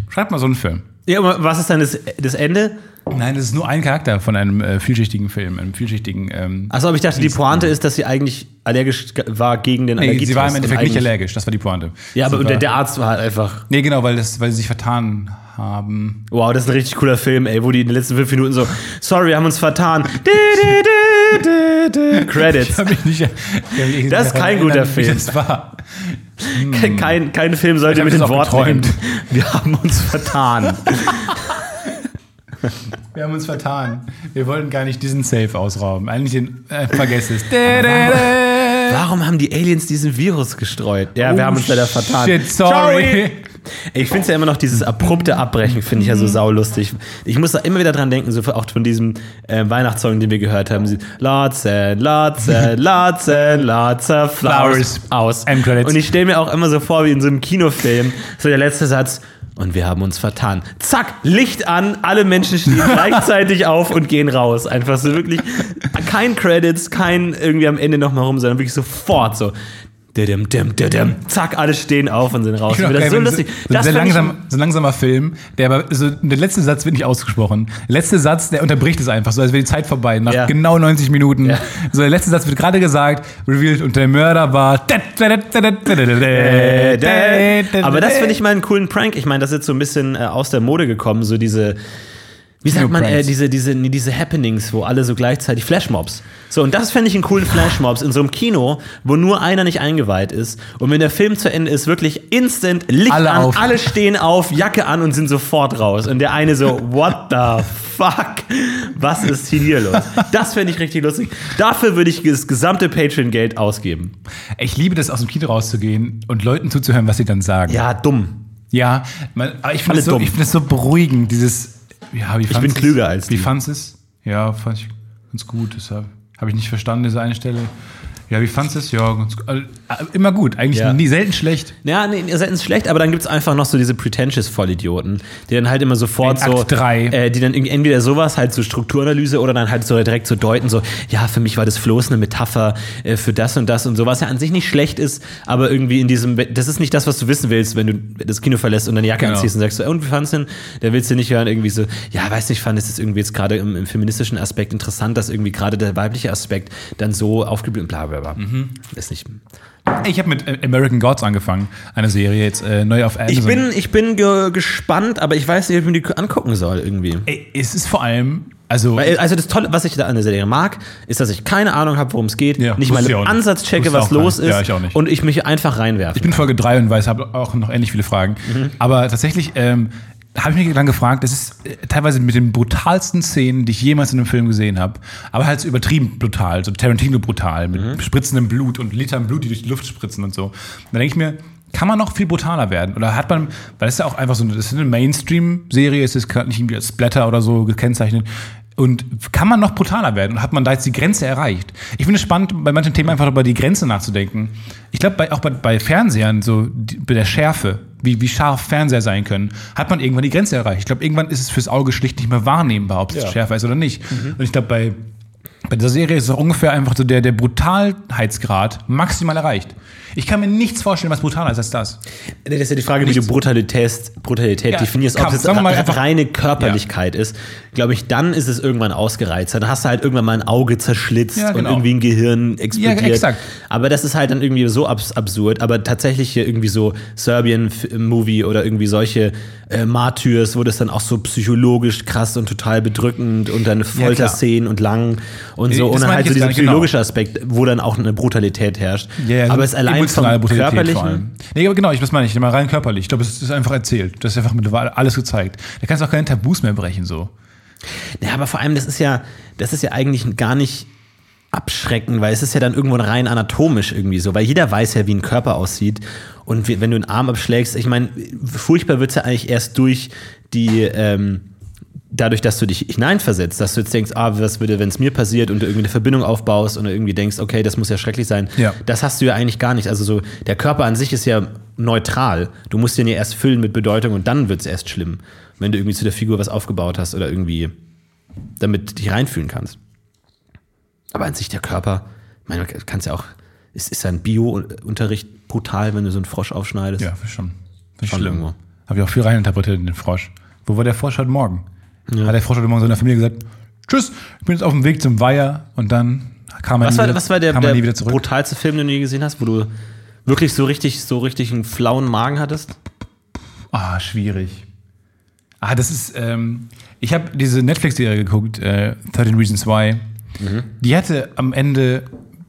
Schreibt mal so einen Film.
Ja, aber was ist dann das, das Ende?
Nein, es ist nur ein Charakter von einem äh, vielschichtigen Film, einem vielschichtigen. Ähm,
Achso, aber ich dachte, die Pointe ist, dass sie eigentlich allergisch ge- war gegen den
nee,
Allergietest.
sie war im
und
Endeffekt nicht
eigentlich-
allergisch, das war die Pointe.
Ja, aber
Sie
der,
war-
der Arzt war halt einfach.
Nee, genau, weil, das, weil sie sich vertan haben.
Wow, das ist ein richtig cooler Film, ey, wo die in den letzten fünf Minuten so, sorry, wir haben uns vertan. Di, di, di, di, di.
Ich
Credits.
hab mich nicht, ich hab mich
Das ist
daran
kein guter
erinnern, wie
Film.
Das war.
Ke- Kein, kein Film sollte
hab
mit
das
den
auch
Worten
geträumt.
enden, Wir haben uns vertan.
Wir haben uns vertan. Wir wollten gar nicht diesen Safe ausrauben. Eigentlich den. Äh, vergesst es.
Warum haben die Aliens diesen Virus gestreut? Ja, wir
Oh,
haben uns leider vertan.
shit, sorry.
Ey, Ich finde es ja immer noch dieses abrupte Abbrechen, finde ich ja so
Mhm.
saulustig. Ich muss da immer wieder dran denken, so auch von diesem äh, Weihnachtssong, den wir gehört haben. Sie- Lots and lots and lots and lots of flowers
Flowers.
aus.
End credits.
Und ich stelle mir auch immer so vor, wie in so einem Kinofilm, so der letzte Satz. Und wir haben uns vertan. Zack, Licht an, alle Menschen stehen gleichzeitig auf und gehen raus. Einfach so wirklich kein Credits, kein irgendwie am Ende nochmal rum, sondern wirklich sofort so. Didem, dim, didem. Zack, alle stehen auf und sind raus.
Ich finde
das
auch
ist so
geil, wenn
lustig.
So, so, ein
das
sehr
fand ich-
langsam, so ein langsamer Film, der aber, so, der letzte Satz wird nicht ausgesprochen. Der letzte Satz, der unterbricht es einfach, so als wäre die Zeit vorbei, nach
Ja.
genau 90 Minuten.
Ja.
So, der letzte Satz wird gerade gesagt, revealed und der Mörder war.
Äh, dä. Aber das finde ich mal einen coolen Prank. Ich meine, das ist jetzt so ein bisschen äh, aus der Mode gekommen, so diese, wie sagt man, äh,
Kino-Pranks.
diese, diese, nee, diese Happenings, wo alle so gleichzeitig Flashmobs. So, und das fände ich einen coolen Flashmobs in so einem Kino, wo nur einer nicht eingeweiht ist. Und wenn der Film zu Ende ist, wirklich instant Licht
Alle
an,
auf.
alle stehen auf, Jacke an und sind sofort raus. Und der eine so, what the fuck? Was ist hier los? Das fände ich richtig lustig. Dafür würde ich das gesamte Patreon-Geld ausgeben.
Ich liebe das, aus dem Kino rauszugehen und Leuten zuzuhören, was sie dann sagen.
Ja, dumm.
Ja, man, aber ich finde
Alle
das, so,
dumm.
ich find das so beruhigend, dieses. Ja, wie ich
bin klüger als
Wie
die.
fandst es? Ja, fand ich ganz gut. Deshalb habe ich nicht verstanden, diese eine Stelle. Ja, wie fandst es? Ja, ganz gut. Also, äh, immer gut. Eigentlich
Ja.
nie, selten schlecht.
Ja, nee, selten ist schlecht, aber dann gibt's einfach noch so diese pretentious Vollidioten, die dann halt immer sofort
In Akt
so.
drei.
Äh, die dann irgendwie entweder sowas, halt so Strukturanalyse oder dann halt so direkt so deuten, so, ja, für mich war das Floß eine Metapher äh, für das und das und so, was ja an sich nicht schlecht ist, aber irgendwie in diesem, das ist nicht das, was du wissen willst, wenn du das Kino verlässt und deine Jacke
Genau.
anziehst und sagst so, äh, und wie fand's denn? Da willst du nicht hören, irgendwie so, ja, weiß nicht, fand es jetzt irgendwie jetzt gerade im, im feministischen Aspekt interessant, dass irgendwie gerade der weibliche Aspekt dann so aufgeblüht, bla, bla, bla.
Mhm.
Ist nicht.
Ich habe mit äh, American Gods angefangen, eine Serie jetzt äh, neu auf Amazon.
Ich bin, ich bin ge gespannt, aber ich weiß nicht, ob ich mir die angucken soll irgendwie.
Ey, es ist vor allem, also
Weil, Also das Tolle, was ich da an der Serie mag, ist, dass ich keine Ahnung habe, worum es geht,
Ja,
nicht mal
wusste ich
im
auch nicht.
Ansatz checke,
Wusste auch
was
keiner.
los ist
Ja, ich auch nicht.
und ich mich einfach reinwerfe.
Ich bin Folge 3 und weiß, habe auch noch ähnlich viele Fragen. Aber tatsächlich ähm, habe ich mich dann gefragt, das ist äh, teilweise mit den brutalsten Szenen, die ich jemals in einem Film gesehen habe. Aber halt so übertrieben brutal, so Tarantino brutal, mit spritzendem Blut und Litern Blut, die durch die Luft spritzen und so. Und dann denke ich mir, kann man noch viel brutaler werden? Oder hat man, weil das ist ja auch einfach so eine, das ist eine Mainstream-Serie, es ist gerade nicht irgendwie als Splatter oder so gekennzeichnet. Und kann man noch brutaler werden? Und hat man da jetzt die Grenze erreicht? Ich finde es spannend, bei manchen Themen einfach über die Grenze nachzudenken. Ich glaube, bei, auch bei, bei Fernsehern, so die, bei der Schärfe, wie, wie scharf Fernseher sein können, hat man irgendwann die Grenze erreicht. Ich glaube, irgendwann ist es fürs Auge schlicht nicht mehr wahrnehmbar, ob es
Ja.
schärfer ist oder nicht. Und ich glaube, bei, bei dieser Serie ist es auch ungefähr einfach so der, der Brutalheitsgrad maximal erreicht. Ich kann mir nichts vorstellen, was brutaler ist als das.
Nee, das ist ja die Frage, wie du Brutalität, Brutalität
Ja,
definierst, ob
Kampf,
es
sagen wir mal
re-
einfach-
reine Körperlichkeit ist. Glaube ich, dann ist es irgendwann ausgereizt. Dann hast du halt irgendwann mal ein Auge zerschlitzt
Ja, genau.
und irgendwie ein Gehirn explodiert.
Ja, exakt.
Aber das ist halt dann irgendwie so abs absurd. Aber tatsächlich hier irgendwie so Serbian-Movie oder irgendwie solche äh, Martyrs, wo das dann auch so psychologisch krass und total bedrückend und dann Folterszenen und lang und so.
Äh, das
Und dann
meine
halt
ich jetzt gar
so dieser
nicht, genau.
psychologische Aspekt, wo dann auch eine Brutalität herrscht.
so
aber es allein vom
emotionale Brutalität vor
körperlichen.
allem. Nee, aber genau, ich was meine ich, mal rein körperlich. Ich glaube, es ist einfach erzählt. Das ist einfach mit alles gezeigt. Da kannst du auch keine Tabus mehr brechen, so.
Ja, aber vor allem, das ist ja, das ist ja eigentlich gar nicht abschreckend, weil es ist ja dann irgendwann rein anatomisch irgendwie so, weil jeder weiß ja, wie ein Körper aussieht. Und wie- wenn du einen Arm abschlägst, ich meine, furchtbar wird's ja eigentlich erst durch die, ähm, dadurch, dass du dich hineinversetzt, dass du jetzt denkst, ah, was würde, wenn es mir passiert und du irgendwie eine Verbindung aufbaust oder irgendwie denkst, okay, das muss ja schrecklich sein.
Ja.
Das hast du ja eigentlich gar nicht. Also so, der Körper an sich ist ja neutral. Du musst den ja erst füllen mit Bedeutung und dann wird's erst schlimm, wenn du irgendwie zu der Figur was aufgebaut hast oder irgendwie damit du dich reinfühlen kannst. Aber an sich der Körper, ich meine, du kannst ja auch, ist, ist ein Bio-Unterricht brutal, wenn du so einen Frosch aufschneidest?
Ja, schon.
Schon irgendwo.
Habe ich auch viel reininterpretiert in den Frosch. Wo war der Frosch heute Morgen? Hat der Frosch heute Morgen seiner Familie gesagt, tschüss, ich bin jetzt auf dem Weg zum Weiher und dann kam er,
Was
nie,
war,
wieder,
was war der,
kam er
der
nie wieder zurück.
brutalste Film, den du je gesehen hast, wo du wirklich so richtig, so richtig einen flauen Magen hattest?
Ah, schwierig. Ah, das ist, ähm, ich habe diese Netflix-Serie geguckt, äh, 13 Reasons Why. Die hatte am Ende,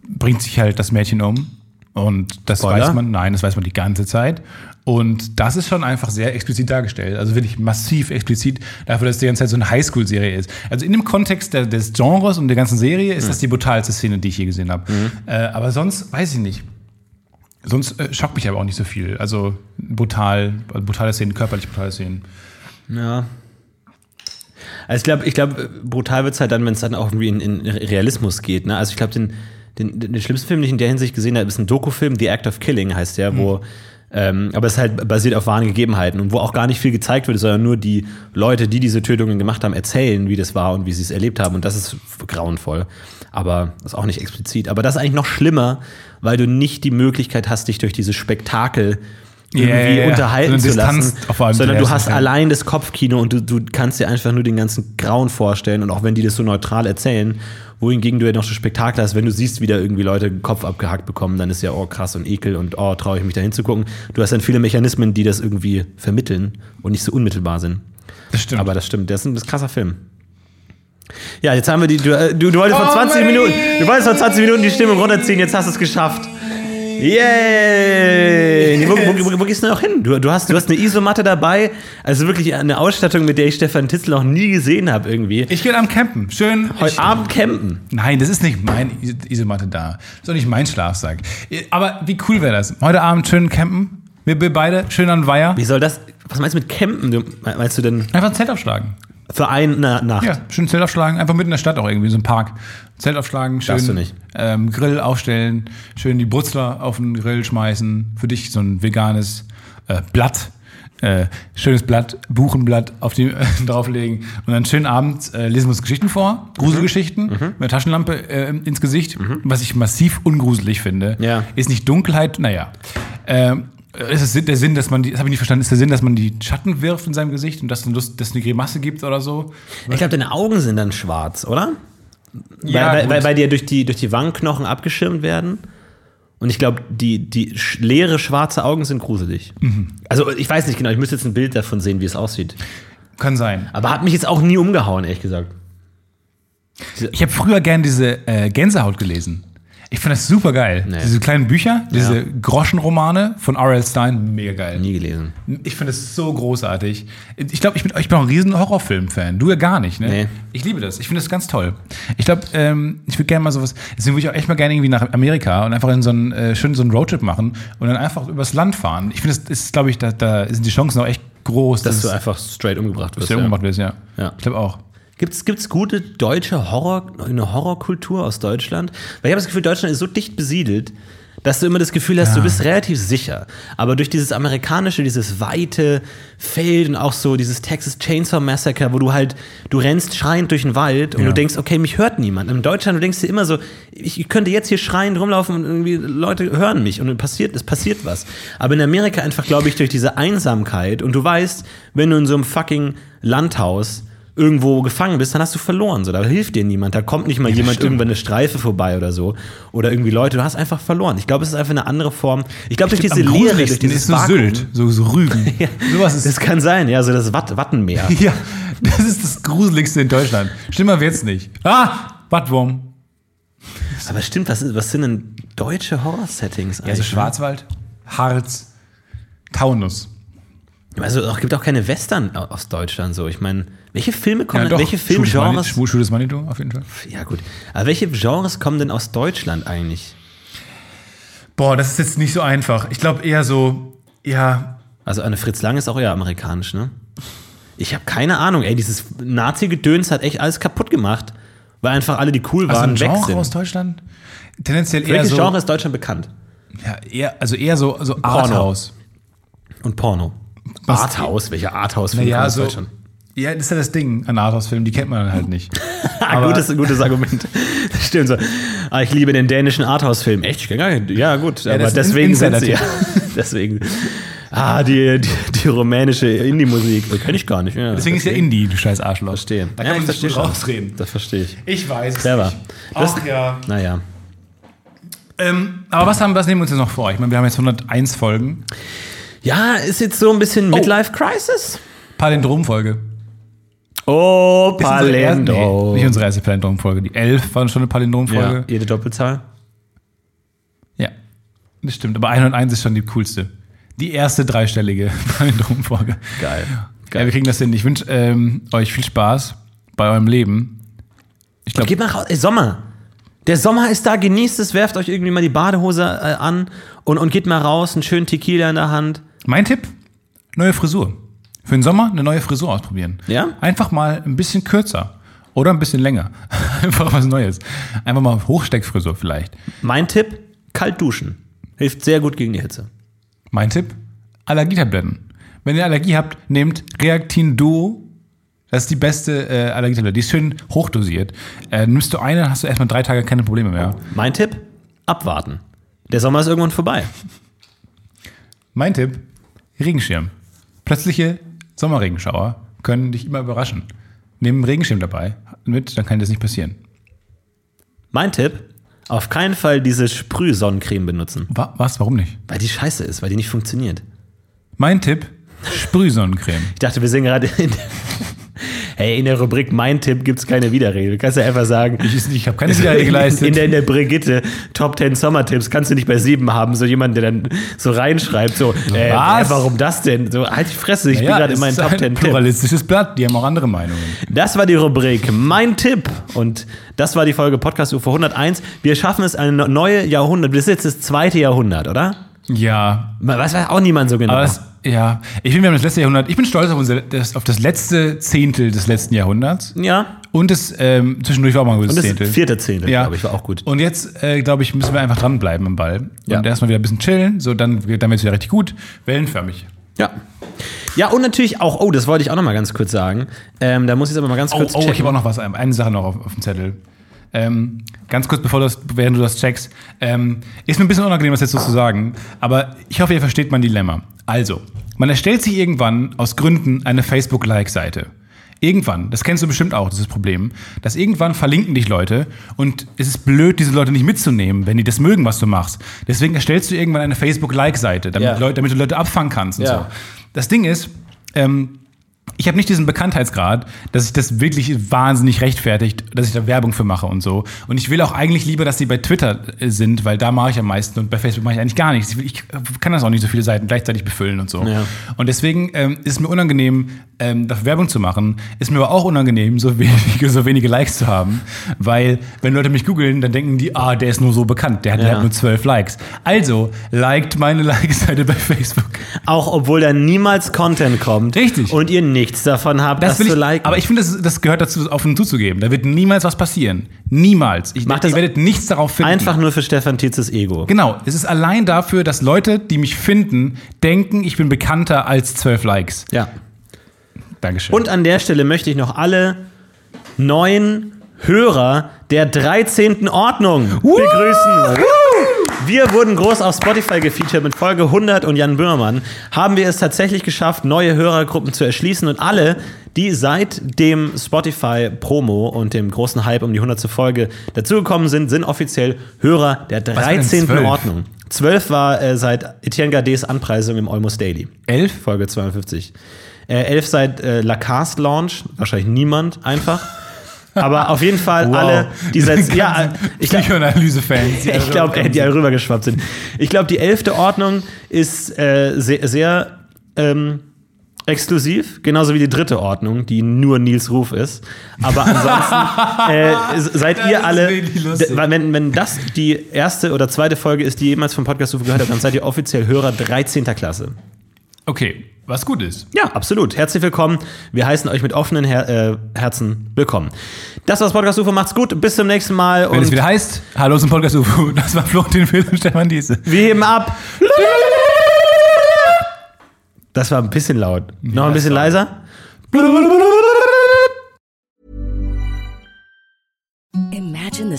bringt sich halt das Mädchen um. Und das
Spoiler?
weiß man, nein, das weiß man die ganze Zeit. Und das ist schon einfach sehr explizit dargestellt. Also wirklich massiv explizit dafür, dass die ganze Zeit so eine Highschool-Serie ist. Also in dem Kontext der, des Genres und der ganzen Serie ist das die brutalste Szene, die ich je gesehen habe. Äh, aber sonst weiß ich nicht. Sonst äh, schockt mich aber auch nicht so viel. Also brutal, also brutale Szenen, körperlich brutale Szenen.
Ja. Also ich glaube, ich glaube, brutal wird's halt dann, wenn es dann auch irgendwie in, in Realismus geht. Ne?
Hm.
Also ich glaube, den, den, den schlimmsten Film, den ich in der Hinsicht gesehen habe, ist ein Dokufilm, The Act of Killing heißt der, wo Ähm, aber es ist halt basiert auf wahren Gegebenheiten und wo auch gar nicht viel gezeigt wird, sondern nur die Leute, die diese Tötungen gemacht haben, erzählen, wie das war und wie sie es erlebt haben. Und das ist grauenvoll. Aber ist auch nicht explizit. Aber das ist eigentlich noch schlimmer, weil du nicht die Möglichkeit hast, dich durch dieses Spektakel irgendwie
ja, ja.
unterhalten
So eine
zu lassen,
Distanz auf allem
sondern du
zu
hast
herstellen.
allein das Kopfkino und du, du kannst dir einfach nur den ganzen Grauen vorstellen und auch wenn die das so neutral erzählen, wohingegen du ja noch so Spektakel hast, wenn du siehst, wie da irgendwie Leute den Kopf abgehackt bekommen, dann ist ja, oh krass und ekel und oh, traue ich mich da hinzugucken. Du hast dann viele Mechanismen, die das irgendwie vermitteln und nicht so unmittelbar sind.
Das stimmt.
Aber das stimmt, das ist ein das ist ein krasser Film. Ja, jetzt haben wir die, du, äh, du, du wolltest vor
Oh,
20
Mann.
Minuten, du wolltest vor 20 Minuten die Stimmung runterziehen, jetzt hast du es geschafft. Yay! Nee, Wo, wo, wo, wo gehst du noch hin? Du, du, hast, du hast eine Isomatte dabei, also wirklich eine Ausstattung, mit der ich Stefan Titzel noch nie gesehen habe irgendwie.
ich gehe am Campen. Schön.
Heute Abend campen.
Nein, das ist nicht mein Is- Isomatte da. Das ist auch nicht mein Schlafsack. Aber wie cool wäre das? Heute Abend schön campen. Wir, wir beide schön an Weiher.
Wie soll das, was meinst du mit campen? Du, meinst du denn
Einfach ein Zelt aufschlagen.
für eine Nacht?
Ja, schön Zelt aufschlagen. Einfach mitten in der Stadt auch irgendwie, so ein Park. Zelt aufschlagen, schön
Darfst du nicht.
Ähm, Grill aufstellen, schön die Brutzler auf den Grill schmeißen. Für dich so ein veganes äh, Blatt. Äh, schönes Blatt, Buchenblatt auf die drauflegen und dann schönen Abend äh, lesen wir uns Geschichten vor, Gruselgeschichten
Mhm.
mit der Taschenlampe äh, ins Gesicht, was ich massiv ungruselig finde.
Ja.
Ist nicht Dunkelheit, naja. Ähm, ist es Sinn- der Sinn, dass man die, das habe ich nicht verstanden, ist der Sinn, dass man die Schatten wirft in seinem Gesicht und dass dann Lust, dass eine Grimasse gibt oder so?
Ich glaube, deine Augen sind dann schwarz, oder?
Ja,
weil, weil,
gut.
weil, weil die ja durch die, durch die Wangenknochen abgeschirmt werden. Und ich glaube, die, die sch- leere schwarze Augen sind gruselig.
Mhm.
Also ich weiß nicht genau, ich müsste jetzt ein Bild davon sehen, wie es aussieht.
Kann sein.
Aber hat mich jetzt auch nie umgehauen, ehrlich gesagt.
Ich habe früher gern diese äh, Gänsehaut gelesen. Ich finde das super geil.
Nee.
Diese kleinen Bücher, diese Groschenromane von R.L. Stein, mega geil.
Nie gelesen.
Ich finde das so großartig. Ich glaube, ich bin, ich bin auch ein riesen Horrorfilm-Fan. Du ja gar nicht, ne?
Nee.
Ich liebe das. Ich finde das ganz toll. Ich glaube, ähm, ich würde gerne mal sowas. Deswegen würde ich auch echt mal gerne irgendwie nach Amerika und einfach in so einen äh, schönen so einen Roadtrip machen und dann einfach übers Land fahren. Ich finde, das ist, glaube ich, da, da sind die Chancen auch echt groß,
Dass du
es
einfach straight umgebracht wirst.
sehr umgemacht wirst, ja.
Ja.
Ich glaube auch.
Gibt's, gibt's gute deutsche Horror, eine Horrorkultur aus Deutschland? Weil ich habe das Gefühl, Deutschland ist so dicht besiedelt, dass du immer das Gefühl hast, du bist relativ sicher. Aber durch dieses amerikanische, dieses weite Feld und auch so dieses Texas Chainsaw Massacre, wo du halt, du rennst schreiend durch den Wald und
Ja.
du denkst, okay, mich hört niemand. In Deutschland, du denkst dir immer so, ich, ich könnte jetzt hier schreiend rumlaufen und irgendwie Leute hören mich und dann passiert, es passiert was. Aber in Amerika einfach, glaube ich, durch diese Einsamkeit und du weißt, wenn du in so einem fucking Landhaus irgendwo gefangen bist, dann hast du verloren. So, da hilft dir niemand. Da kommt nicht mal jemand
stimmt.
irgendwann eine Streife vorbei oder so. Oder irgendwie Leute, du hast einfach verloren. Ich glaube, es ist einfach eine andere Form. Ich glaube, durch diese
Am
Leere, durch
gruseligsten
dieses
ist so
Vakuum-
Sylt, so, so Rügen. Sowas ist
Das kann sein, ja, so das Watt Wattenmeer.
Ja, das ist das Gruseligste in Deutschland. Schlimmer wird's nicht. Ah, Wattwurm.
Aber stimmt, was, ist- was sind denn deutsche Horror-Settings eigentlich?
Also Schwarzwald, Harz, Taunus.
Also es gibt auch keine Western au- aus Deutschland so. Ich meine, welche Filme kommen,
Ja, doch.
welche
Schwules Mani-
Filmgenres?
Schwu- Schwules Manitou, auf jeden Fall.
Ja gut, aber welche Genres kommen denn aus Deutschland eigentlich?
Boah, das ist jetzt nicht so einfach. Ich glaube eher so, ja,
Also eine Fritz Lang ist auch eher amerikanisch, ne? Ich habe keine Ahnung. Ey, dieses Nazi-Gedöns hat echt alles kaputt gemacht, weil einfach alle, die cool
also
waren,
ein
weg
Genre
sind.
aus Deutschland. Tendenziell eher
welches
so,
Genre ist Deutschland bekannt?
ja, eher, also eher so, so Arthouse.
Und Porno.
Was-
Arthouse, welcher Arthouse-Film kommt
Naja,
aus
so,
Deutschland?
ja, das ist ja das Ding an Arthouse-Filmen, die kennt man halt nicht.
Ah, gutes, gutes Argument. Das Stimmt so. Ah, ich liebe den dänischen Arthouse-Film. Echt? Ich kenn gar nicht- Ja, gut. aber
das ist ein
deswegen sind sie ja.
Insider-Tipp.
Deswegen. Ah, die, die, die rumänische Indie-Musik. Kenn ich gar nicht. Ja,
Deswegen ist ja Indie, du scheiß Arschloch.
Verstehe.
Da
Ja,
kann
ich
man sich
verstehe
gut
schon.
rausreden.
Das verstehe ich.
Ich weiß es
Clever.
nicht.
Das-
Ach ja.
Naja.
Ähm, aber was, haben, was nehmen wir uns jetzt noch vor? Ich meine, wir haben jetzt 101 Folgen.
Ja, ist jetzt so ein bisschen Midlife-Crisis.
Palindrom-Folge.
Oh,
Ist unsere erste-
Palendo.
Nee, nicht unsere erste Palindrom-Folge. Die 11 war schon eine
ja,
Palindrom-Folge.
jede Doppelzahl.
Ja. Das stimmt. Aber 101 ist schon die coolste. Die erste dreistellige Palindrom-Folge.
Geil.
Ja, wir kriegen das hin. Ich wünsche ähm, euch viel Spaß bei eurem Leben. Ich glaube,
Geht mal raus. Ey, Sommer. Der Sommer ist da, genießt es, werft euch irgendwie mal die Badehose äh, an und, und geht mal raus, einen schönen Tequila in der Hand.
mein Tipp: neue Frisur. Für den Sommer eine neue Frisur ausprobieren.
Ja?
Einfach mal ein bisschen kürzer. Oder ein bisschen länger. Einfach was Neues. Einfach mal Hochsteckfrisur vielleicht.
Mein Tipp, kalt duschen. Hilft sehr gut gegen die Hitze.
Mein Tipp: Allergietabletten. Wenn ihr Allergie habt, nehmt Reactin Duo. Das ist die beste äh, Allergietablette. Die ist schön hochdosiert. Äh, nimmst du eine, hast du erstmal drei Tage keine Probleme mehr.
Mein Tipp: abwarten. Der Sommer ist irgendwann vorbei.
Mein Tipp: Regenschirm. Plötzliche Sommerregenschauer können dich immer überraschen. Nimm einen Regenschirm dabei mit, dann kann dir das nicht passieren.
Mein Tipp: auf keinen Fall diese Sprühsonnencreme benutzen,
Wa was? Warum nicht?
weil die scheiße ist, weil die nicht funktioniert.
Mein Tipp: Sprühsonnencreme.
Ich dachte, wir sind gerade in der, hey, in der Rubrik Mein Tipp gibt's keine Widerrede. Du kannst ja einfach sagen,
Ich, ich habe keine Widerrede geleistet.
In, in, der, in der Brigitte Top 10 Sommertipps kannst du nicht bei sieben haben, so jemand, der dann so reinschreibt, so, äh,
Was?
warum das denn? So, halt die Fresse, ich
Ja,
bin gerade
es
in meinen
ist
Top
ein
10 Tipps.
pluralistisches Blatt, die haben auch andere Meinungen.
Das war die Rubrik Mein Tipp. Und das war die Folge Podcast UFO 101. Wir schaffen es eine neue Jahrhundert. Das ist jetzt das zweite Jahrhundert, oder?
Ja,
Was weiß auch niemand so genau.
aber das, ja, ich bin wir haben das letzte Jahrhundert. Ich bin stolz auf, unser, das, auf das letzte Zehntel des letzten Jahrhunderts.
ja.
Und das ähm, zwischendurch war auch mal ein gutes
Und das
Zehntel.
vierte Zehntel,
ja.
glaube ich, war auch gut.
Und jetzt, äh, glaube ich, müssen wir einfach dranbleiben am Ball.
Ja.
Und erstmal wieder ein bisschen chillen, so dann, dann wird es wieder richtig gut. Wellenförmig.
Ja. Ja, und natürlich auch, oh, das wollte ich auch noch mal ganz kurz sagen. Ähm, da muss ich jetzt aber mal ganz
Oh,
kurz
oh ich
checken.
habe auch noch was, eine Sache noch auf, auf dem Zettel. Ähm, ganz kurz, bevor du das, während du das checkst. Ähm, ist mir ein bisschen unangenehm, das jetzt so zu sagen, aber ich hoffe, ihr versteht mein Dilemma. Also, man erstellt sich irgendwann aus Gründen eine Facebook-Like-Seite. Irgendwann, das kennst du bestimmt auch, dieses Problem, dass irgendwann verlinken dich Leute und es ist blöd, diese Leute nicht mitzunehmen, wenn die das mögen, was du machst. Deswegen erstellst du irgendwann eine Facebook-Like-Seite, damit,
Ja.
Leute, damit du Leute abfangen kannst und
Ja.
so. Das Ding ist, ähm, ich habe nicht diesen Bekanntheitsgrad, dass ich das wirklich wahnsinnig rechtfertigt, dass ich da Werbung für mache und so. Und ich will auch eigentlich lieber, dass die bei Twitter äh, sind, weil da mache ich am meisten und bei Facebook mache ich eigentlich gar nichts. Ich, will- ich kann das auch nicht so viele Seiten gleichzeitig befüllen und so.
Ja.
Und deswegen ähm, ist es mir unangenehm, ähm, dafür Werbung zu machen. Ist mir aber auch unangenehm, so wenige, so wenige Likes zu haben, weil wenn Leute mich googeln, dann denken die, ah, der ist nur so bekannt, der hat, der
Ja.
hat nur zwölf Likes. Also liked meine Like-Seite bei Facebook.
Auch obwohl da niemals Content kommt.
Richtig.
Und ihr nichts davon habt, das,
Das will
zu
ich,
liken.
Aber ich finde, das, das gehört dazu, offen zuzugeben. Da wird niemals was passieren. Niemals. Ich,
Mach
ihr
das-
werdet nichts darauf finden.
Einfach nur für Stefan Tietzes Ego.
Genau. Es ist allein dafür, dass Leute, die mich finden, denken, ich bin bekannter als 12 Likes.
Ja.
Dankeschön.
Und an der Stelle möchte ich noch alle neuen Hörer der 13. Ordnung begrüßen. Wir wurden groß auf Spotify gefeatured mit Folge 100 und Jan Böhmermann. Haben wir es tatsächlich geschafft, neue Hörergruppen zu erschließen und alle, die seit dem Spotify-Promo und dem großen Hype um die 100. Folge dazugekommen sind, sind offiziell Hörer der
war denn
13.
12?
Ordnung. 12 war äh, seit Etienne Gardets Anpreisung im Almost Daily.
11?
Folge 52. Äh, elf seit äh, Lacaste Launch, wahrscheinlich niemand einfach. Aber auf jeden Fall alle, die seit. Ja, ich, glaub-
Psychoanalyse-Fans. die
ich
alle
glaube, äh, die alle rübergeschwappt sind. Ich glaube, die elfte Ordnung ist äh, sehr, sehr ähm, exklusiv, genauso wie die dritte Ordnung, die nur Nils Ruf ist. Aber ansonsten äh, s- seid
Das
ihr
ist
alle.
wirklich lustig.
d- weil Wenn, wenn das die erste oder zweite Folge ist, die ihr jemals vom Podcast Ruf gehört habt, dann seid ihr offiziell Hörer 13. Klasse.
Okay. Was gut ist.
Ja, absolut. Herzlich willkommen. Wir heißen euch mit offenen Her äh, Herzen willkommen. Das war's Podcast UFO. Macht's gut. Bis zum nächsten Mal.
Wenn es
Und
wieder heißt, hallo zum Podcast UFO. Das war Florentin Film und Stefan Diese.
wir heben ab. Das war ein bisschen laut. Noch ein bisschen leiser.
Imagine the